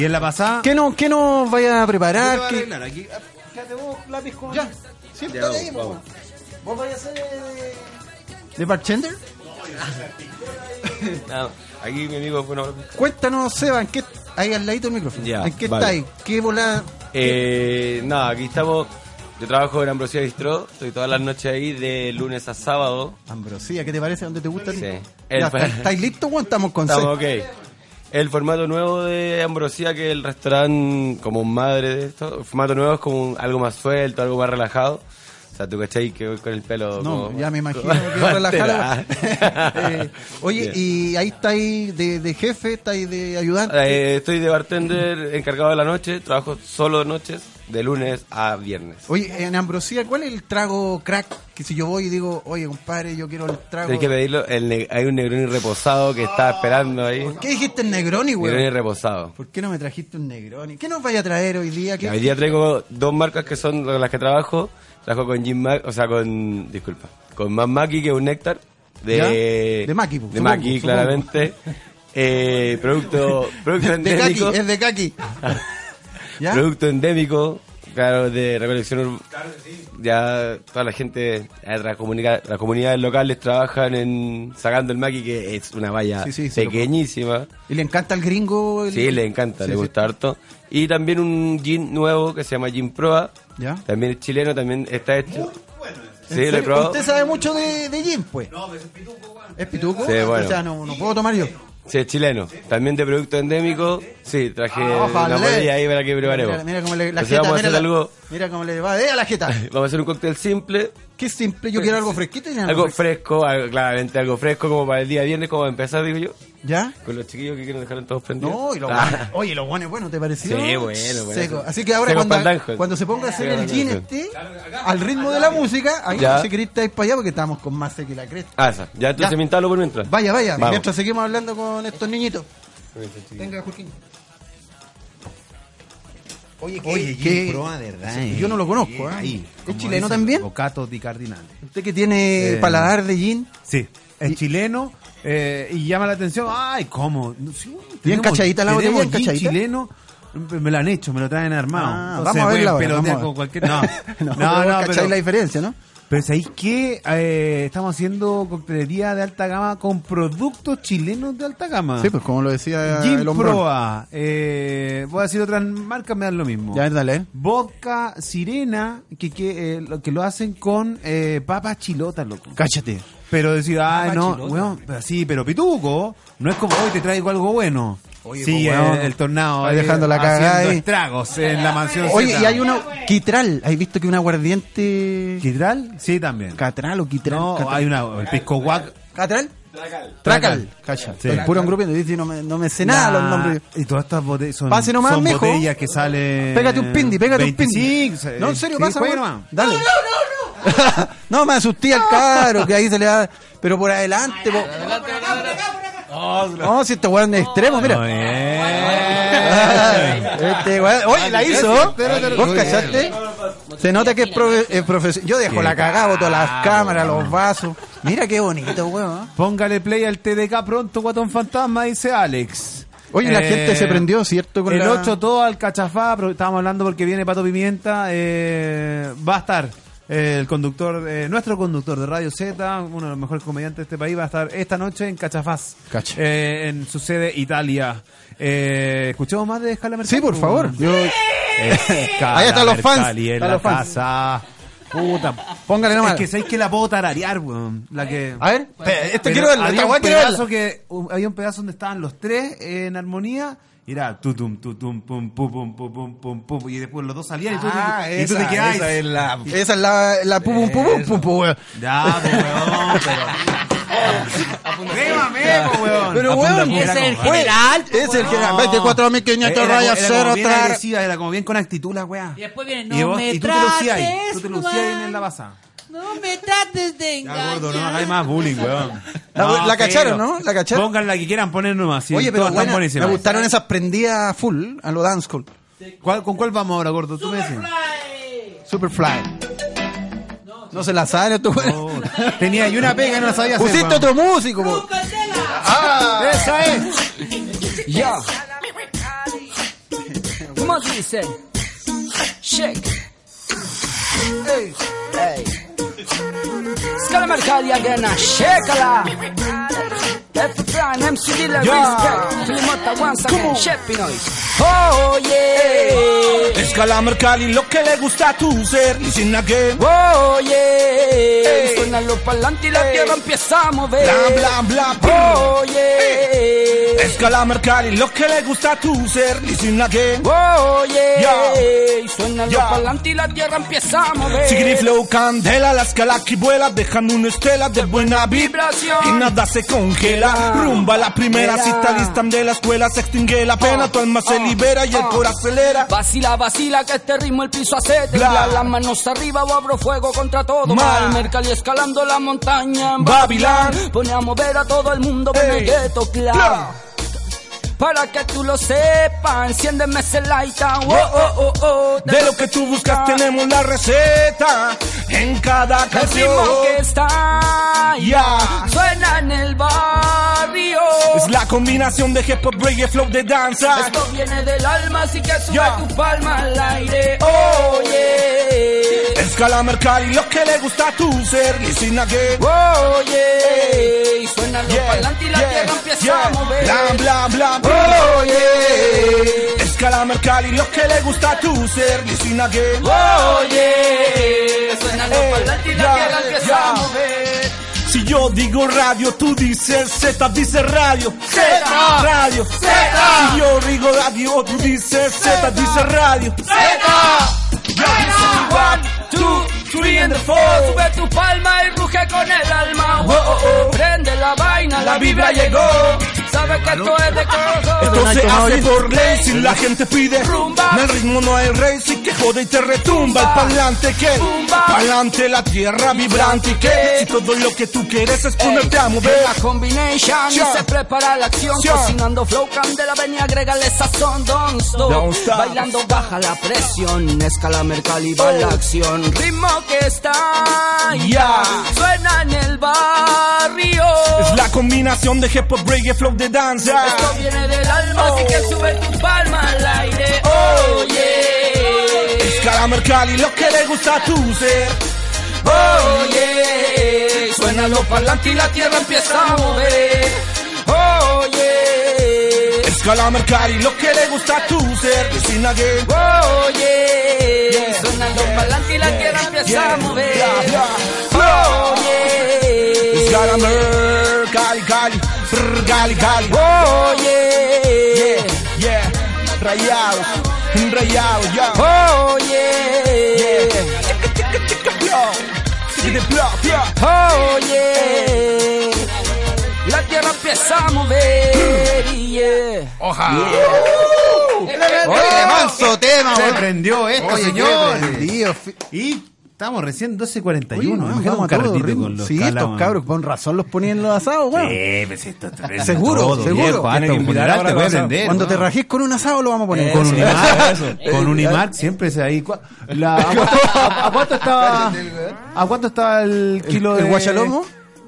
Speaker 2: Y en la pasada.
Speaker 3: ¿Qué no- qué nos vaya a preparar? ¿Qué-
Speaker 2: aquí. ah, Quédate vos, lápiz con.
Speaker 3: Ya, siéntate ahí, po, weón. ¿Vos vais a ser eh, de bartender?
Speaker 9: Aquí mi amigo fue una
Speaker 3: Cuéntanos, Seba, ¿en qué ahí al ladito del micrófono?
Speaker 9: Ya,
Speaker 3: ¿En qué
Speaker 9: vale.
Speaker 3: estáis? ¿Qué volada?
Speaker 9: Eh, nada, aquí estamos. Yo trabajo en Ambrosía Bistro, estoy todas las noches ahí de lunes a sábado.
Speaker 3: Ambrosía, ¿qué te parece? ¿Dónde te gusta? a ti?
Speaker 9: Sí.
Speaker 3: Ya,
Speaker 9: El-
Speaker 3: ¿está- ¿Estáis listos, Juan? Estamos con
Speaker 9: Estamos
Speaker 3: Seba.
Speaker 9: ok. El formato nuevo de Ambrosía, que es el restaurante como madre de esto, el formato nuevo es como un- algo más suelto, algo más relajado. O sea, tú cachai que voy con el pelo.
Speaker 3: No,
Speaker 9: como-
Speaker 3: ya me imagino
Speaker 9: como-
Speaker 3: que relajada.
Speaker 9: Pantera.
Speaker 3: Eh, oye,
Speaker 9: Bien.
Speaker 3: y ahí estáis de, de jefe, estáis de ayudante.
Speaker 9: Eh, estoy de bartender encargado de la noche, trabajo solo noches, de lunes a viernes.
Speaker 3: Oye, en Ambrosía, ¿cuál es el trago crack? Que si yo voy y digo, oye, compadre, yo quiero el trago.
Speaker 9: Tienes que pedirlo, el ne- hay un negroni reposado que está esperando ahí.
Speaker 3: ¿Qué dijiste el Negroni,
Speaker 9: Negroni
Speaker 3: güey?
Speaker 9: reposado.
Speaker 3: ¿Por qué no me trajiste un Negroni? ¿Qué nos vaya a traer hoy día? ¿Qué-
Speaker 9: Ya, Hoy día traigo dos marcas que son con las que trabajo. Trabajo con Jim Mac, o sea, con. Disculpa. Con Más Maki, que es un néctar.
Speaker 3: ¿Ya?
Speaker 9: De.
Speaker 3: De Maki, pues,
Speaker 9: De
Speaker 3: supongo,
Speaker 9: Maki,
Speaker 3: supongo.
Speaker 9: claramente. Eh, producto. Producto
Speaker 3: De Kaki,
Speaker 9: endémico.
Speaker 3: es de Kaki. ¿Ya?
Speaker 9: Producto endémico. Claro, de recolección urbana. Ya toda la gente, eh, las, comunica- las comunidades locales trabajan en sacando el maqui, que es una valla
Speaker 3: Sí, sí, sí, lo-
Speaker 9: pequeñísima.
Speaker 3: Y le encanta al gringo. el-
Speaker 9: Sí, le encanta,
Speaker 3: Sí,
Speaker 9: le
Speaker 3: sí.
Speaker 9: gusta harto. Y también un gin nuevo que se llama Gin Proa.
Speaker 3: ¿Ya?
Speaker 9: También es chileno, también está hecho. Sí, lo he probado.
Speaker 3: Usted sabe mucho de, de gin, pues. No, es pituco, ¿Es pituco?
Speaker 9: Sí, bueno.
Speaker 3: O sea, no, no puedo tomar yo.
Speaker 9: Sí, es chileno. También de producto endémico. Sí, traje
Speaker 3: Ah,
Speaker 9: una
Speaker 3: ojalá.
Speaker 9: botella ahí para que preparemos.
Speaker 3: Mira, mira cómo le, la
Speaker 9: Entonces
Speaker 3: jeta,
Speaker 9: vamos a
Speaker 3: mira,
Speaker 9: hacer
Speaker 3: la-
Speaker 9: algo.
Speaker 3: mira cómo le va. Eh, a la jeta.
Speaker 9: Vamos a hacer un cóctel simple.
Speaker 3: Qué simple, yo quiero algo fresquito y algo
Speaker 9: Algo fresco, algo- claramente algo fresco como para el día viernes, como para empezar, digo yo.
Speaker 3: ¿Ya?
Speaker 9: Con los chiquillos que quieren dejar todos prendidos.
Speaker 3: No, y los
Speaker 9: Ah.
Speaker 3: guanes. Oye, los guanes, bueno, ¿te pareció?
Speaker 9: Sí, bueno, bueno.
Speaker 3: Seco. Así que ahora
Speaker 9: Secos
Speaker 3: cuando,
Speaker 9: pandanjos.
Speaker 3: cuando se ponga a hacer
Speaker 9: Secos
Speaker 3: el gin
Speaker 9: pandanjos.
Speaker 3: este, al ritmo de la música, ahí
Speaker 9: Ya.
Speaker 3: no sé queréis estáis para allá porque estamos con más seca que la cresta.
Speaker 9: Ah, esa. Ya, entonces
Speaker 3: Ya.
Speaker 9: mintalo por mientras.
Speaker 3: Vaya, vaya,
Speaker 9: Vamos.
Speaker 3: mientras seguimos hablando con estos niñitos. Venga, Joaquín. Oye,
Speaker 2: Oye, Jim Proa, de verdad, eh.
Speaker 3: Yo no lo conozco, ¿eh?
Speaker 2: Ahí,
Speaker 3: ¿Es
Speaker 2: como
Speaker 3: chileno
Speaker 2: dice,
Speaker 3: también?
Speaker 2: Bocato di Cardinale.
Speaker 3: ¿Usted que tiene paladar de gin?
Speaker 2: Sí, es chileno eh, y llama la atención. Ay, ¿cómo? No, sí, bueno, tenemos-
Speaker 3: cachadita la botella,
Speaker 2: tenemos
Speaker 3: bien
Speaker 2: gin
Speaker 3: cachadita.
Speaker 2: chileno. Me lo han hecho, me lo traen armado.
Speaker 3: Ah,
Speaker 2: Entonces
Speaker 3: vamos a verla
Speaker 2: pueden
Speaker 3: ahora, vamos a
Speaker 2: pelotear
Speaker 3: ver.
Speaker 2: con cualquier... No, no,
Speaker 3: pero
Speaker 2: no,
Speaker 3: vos
Speaker 2: pero-
Speaker 3: cacháis la diferencia, ¿no?
Speaker 2: Pero ¿sabéis qué? Eh, estamos haciendo coctelería de alta gama con productos chilenos de alta gama.
Speaker 3: Sí, pues como lo decía
Speaker 2: Gin
Speaker 3: el hombrón.
Speaker 2: Ah. Proa. Eh, voy a decir otras marcas, me dan lo mismo.
Speaker 3: Ya, dale.
Speaker 2: Vodka Sirena, que, que, eh, lo, que lo hacen con eh, papas chilotas, loco.
Speaker 3: Cáchate.
Speaker 2: Pero decir, ay,
Speaker 3: Papas
Speaker 2: no,
Speaker 3: chilotas.
Speaker 2: weón, pero sí, pero pituco, no es como hoy te traigo algo bueno.
Speaker 3: Oye,
Speaker 2: Sigue
Speaker 3: pues, weón,
Speaker 2: el, el tornado
Speaker 3: está
Speaker 2: ahí
Speaker 3: dejando la
Speaker 2: haciendo
Speaker 3: cagada ahí.
Speaker 2: estragos en la mansión.
Speaker 3: Oye,
Speaker 2: Z.
Speaker 3: y hay uno, Quitral. ¿Has visto que un aguardiente.
Speaker 2: ¿Quitral? Sí, también.
Speaker 3: ¿Catral o Quitral?
Speaker 2: No,
Speaker 3: Catral.
Speaker 2: hay una, el pisco guac.
Speaker 3: ¿Catral? Tracal. Cacha.
Speaker 2: Sí.
Speaker 3: El puro grupo, dice, no me, no me sé nada los
Speaker 2: Nah,
Speaker 3: nombres.
Speaker 2: Y todas estas botellas son,
Speaker 3: Pase nomás,
Speaker 2: son
Speaker 3: mijo.
Speaker 2: botellas que salen.
Speaker 3: Pégate un pindi, pégate un pindi.
Speaker 2: 25,
Speaker 3: No, en serio,
Speaker 2: Eh, sí,
Speaker 3: pasa.
Speaker 2: juega
Speaker 3: weón.
Speaker 2: nomás.
Speaker 3: Dale. No, no, no, no. me asusté al caro, que ahí se le da. Pero por adelante, po. No, si este weón es extremo, mira. Este weón- Oye, la hizo. ¿Vos cachaste? Se nota que es profesional. Yo dejo la cagada, boto las cámaras, los vasos. Mira qué bonito, weón.
Speaker 2: Póngale play al TDK pronto, Guatón Fantasma, dice Alex. Eh,
Speaker 3: Oye, la gente se prendió, ¿cierto? Con
Speaker 2: el
Speaker 3: la-
Speaker 2: 8 todo al cachafá, pero estábamos hablando porque viene Pato Pimienta. eh, va a estar eh, el conductor, eh, nuestro conductor de Radio Z, uno de los mejores comediantes de este país, va a estar esta noche en Cachafaz,
Speaker 3: Cacha.
Speaker 2: eh, en su sede Italia. Eh, ¿Escuchamos más de Escala Mercalli?
Speaker 3: Sí, por favor. Yo-
Speaker 2: Ahí están los fans. en la casa. Puta.
Speaker 3: Póngale nomás.
Speaker 2: Es que sabéis que la puedo tararear, weón. La que...
Speaker 3: A ver, pe- esto
Speaker 2: Pero
Speaker 3: Eh, este quiero verlo,
Speaker 2: Había
Speaker 3: esta
Speaker 2: un,
Speaker 3: weá quiero
Speaker 2: pedazo
Speaker 3: verla.
Speaker 2: que, un- había un pedazo donde estaban los tres eh, en armonía. Y era tutum, tutum, pum, pum, pum, pum, pum, pum, pum. Y después los dos salían y tú,
Speaker 3: Ah,
Speaker 2: y tú
Speaker 3: esa,
Speaker 2: te quedabas.
Speaker 3: esa es la... Esa es la, la pum, pum, pum, pum, pum, pum, weón.
Speaker 2: Ya, pues, weón, pero... ¡Rémame, pues, weón!
Speaker 3: Pero, weón,
Speaker 6: ese es el
Speaker 3: weón,
Speaker 6: general,
Speaker 2: ¿Eh?
Speaker 3: ese Es el general. 24.500
Speaker 2: Era como-
Speaker 3: rayas,
Speaker 2: era
Speaker 3: cero,
Speaker 2: como bien
Speaker 3: tres.
Speaker 2: agresiva, Era como bien con actitud la weá.
Speaker 6: Y después viene,
Speaker 2: y
Speaker 6: no me
Speaker 2: y tú te lucías ahí,
Speaker 6: trates,
Speaker 2: tú te lucías ahí en la
Speaker 6: mal,
Speaker 2: baza.
Speaker 6: No me trates de
Speaker 2: Ya,
Speaker 6: engañar.
Speaker 2: gordo, no hagáis más bullying, weón.
Speaker 3: La-
Speaker 2: No,
Speaker 3: la
Speaker 2: pero-
Speaker 3: cacharon, ¿no? La cacharon.
Speaker 2: Pongan la que quieran poner nomás. sí,
Speaker 3: Oye, pero
Speaker 2: todas están
Speaker 3: buena, me
Speaker 2: buenísimas.
Speaker 3: gustaron esas prendidas full a lo dance call.
Speaker 2: ¿Cuál- ¿Con cuál vamos ahora, gordo? ¿Tú me decís?
Speaker 3: Superfly. No se la saben estos weones.
Speaker 2: Oh, tenía y una pega y no la sabía hacer,
Speaker 3: Pusiste eh.
Speaker 2: weón.
Speaker 3: otro músico, po.
Speaker 2: Ah, ¡Esa es!
Speaker 1: Ya. ¿Cómo dice? Shake. Ey. Scala Mercadia gana, shakala. F Prime, MC Dilla, respect. Filimota once again, Shep Pinoy. Oh yeah.
Speaker 7: Escala Mercalli, lo que le gusta a tu ser, listen again.
Speaker 1: Oh yeah. Suena lo pa'lante y la tierra empieza a mover.
Speaker 7: Bla, bla, bla, bla.
Speaker 1: Oh yeah.
Speaker 7: Escala Mercalli, lo que le gusta a tu ser, listen again.
Speaker 1: Oh yeah.
Speaker 7: Ya.
Speaker 1: Suena lo
Speaker 7: Ya.
Speaker 1: pa'lante y la tierra empieza a mover.
Speaker 7: Sigue el flow candela, la escala que vuela, dejando una estela de buena vibración. Y nada se congela, rumba la primera, si te alistan de la escuela, se extingue la pena, tu alma se libera y el corazón acelera.
Speaker 1: Vacila, vacila, que este ritmo el piso hace temblar.
Speaker 7: Bla.
Speaker 1: Las manos arriba o abro fuego contra todo
Speaker 7: Ma.
Speaker 1: mal. Mercalli escalando la montaña en
Speaker 7: Babilán.
Speaker 1: Pone a mover a todo el mundo con el
Speaker 7: Ey.
Speaker 1: gueto
Speaker 7: Bla.
Speaker 1: claro. Para que tú lo sepas, enciéndeme ese light. ah, Oh, oh, oh, oh.
Speaker 7: De lo que tú buscas tenemos la receta en cada
Speaker 1: El
Speaker 7: canción.
Speaker 1: ritmo que está
Speaker 7: Ya.
Speaker 1: suena en el barrio.
Speaker 7: Es la combinación de hip hop, reggae, flow de danza.
Speaker 1: Esto viene del alma, así que sube
Speaker 7: Ya.
Speaker 1: tu palma al aire. Oh, yeah.
Speaker 7: Escala Mercalli, lo que le gusta a tu ser, listen again.
Speaker 1: Oh, yeah. Y suena lo
Speaker 7: Yeah,
Speaker 1: pa'lante y la
Speaker 7: yeah,
Speaker 1: tierra empieza
Speaker 7: yeah.
Speaker 1: a mover.
Speaker 7: Bla, bla, bla, bla.
Speaker 1: Oh, yeah.
Speaker 7: Escala Summer Cali, lo que le gusta a tu ser, listen again.
Speaker 1: Oye, suenan los
Speaker 7: Ey,
Speaker 1: parlantes y la
Speaker 7: ya,
Speaker 1: tierra empieza
Speaker 7: ya.
Speaker 1: a mover.
Speaker 7: Si yo digo radio, tú dices Z, dices radio, Z,
Speaker 1: Zeta,
Speaker 7: radio,
Speaker 1: Zeta.
Speaker 7: Si yo digo radio, tú dices Z, dices radio,
Speaker 1: One, two, three and four. Sube tu palma y ruge con el alma.
Speaker 7: Oh, oh, oh.
Speaker 1: Prende la vaina, la vibra llegó. Sabes que esto es de corazón.
Speaker 7: Esto se hace por ley si la gente pide rumba. En el ritmo no hay rey, si que jode y te retumba. El pa'lante que, pa'lante la tierra vibrante y que, si todo lo que tú quieres es ponerte a mover.
Speaker 1: La combination
Speaker 7: Ya.
Speaker 1: se prepara la acción
Speaker 7: Ya.
Speaker 1: Cocinando flow, candela, ven y agrégale sazón Don't stop,
Speaker 7: Don't stop.
Speaker 1: bailando baja la presión Escala mercal y va la
Speaker 3: Oh.
Speaker 1: acción Ritmo que está
Speaker 7: Ya.
Speaker 1: Suena en el barrio
Speaker 7: Es la combinación de hip hop, reggae, flow de danza.
Speaker 1: Esto viene del alma, así que sube tu palma al aire Oye,
Speaker 7: Escala mercal y lo que le gusta a tu ser.
Speaker 1: oye Suena los parlantes y la tierra empieza a mover Oye
Speaker 7: Escala mercal y lo que le gusta a tu ser. Listen again.
Speaker 1: Oye,
Speaker 7: Yeah,
Speaker 1: suenan los parlantes y la tierra empieza
Speaker 7: yeah,
Speaker 1: a mover.
Speaker 7: yeah,
Speaker 1: Oye,
Speaker 7: Escala mercal, cali, brr, cali, cali.
Speaker 1: oye,
Speaker 7: Yeah, rayados, rayados, ya.
Speaker 1: oye, oye, la tierra empieza a mover. Yeah.
Speaker 2: ¡Oja!
Speaker 3: Oye, manso tema,
Speaker 2: Se
Speaker 3: weón.
Speaker 2: prendió esto,
Speaker 3: Oye,
Speaker 2: señor.
Speaker 3: qué prendido.
Speaker 2: Y estamos recién
Speaker 3: Oye,
Speaker 2: 12.41.
Speaker 3: no,
Speaker 2: Nos
Speaker 3: vamos
Speaker 2: queda un
Speaker 3: a todo
Speaker 2: carretito
Speaker 3: ritmo.
Speaker 2: con los
Speaker 3: Sí, estos
Speaker 2: calaman.
Speaker 3: cabros con razón los ponían en los asados, weón.
Speaker 2: Eh, pues esto esto- esto-
Speaker 3: Seguro,
Speaker 2: todo,
Speaker 3: seguro.
Speaker 2: viejo,
Speaker 3: Tiene
Speaker 2: hasta
Speaker 3: que
Speaker 2: un
Speaker 3: invitar
Speaker 2: funeral
Speaker 3: ahora
Speaker 2: te
Speaker 3: a
Speaker 2: puede Ah.
Speaker 3: los asados.
Speaker 2: vender.
Speaker 3: Cuando
Speaker 2: ¿no?
Speaker 3: te rajes con un asado lo vamos a poner.
Speaker 2: Con un IMAC,
Speaker 3: Eso. Eh,
Speaker 2: con un IMAC siempre se ahí. cua- la- ¿a, cuánto, a- a cuánto estaba, ¿A cuánto estaba el kilo
Speaker 3: ¿El
Speaker 2: de
Speaker 3: guachalomo?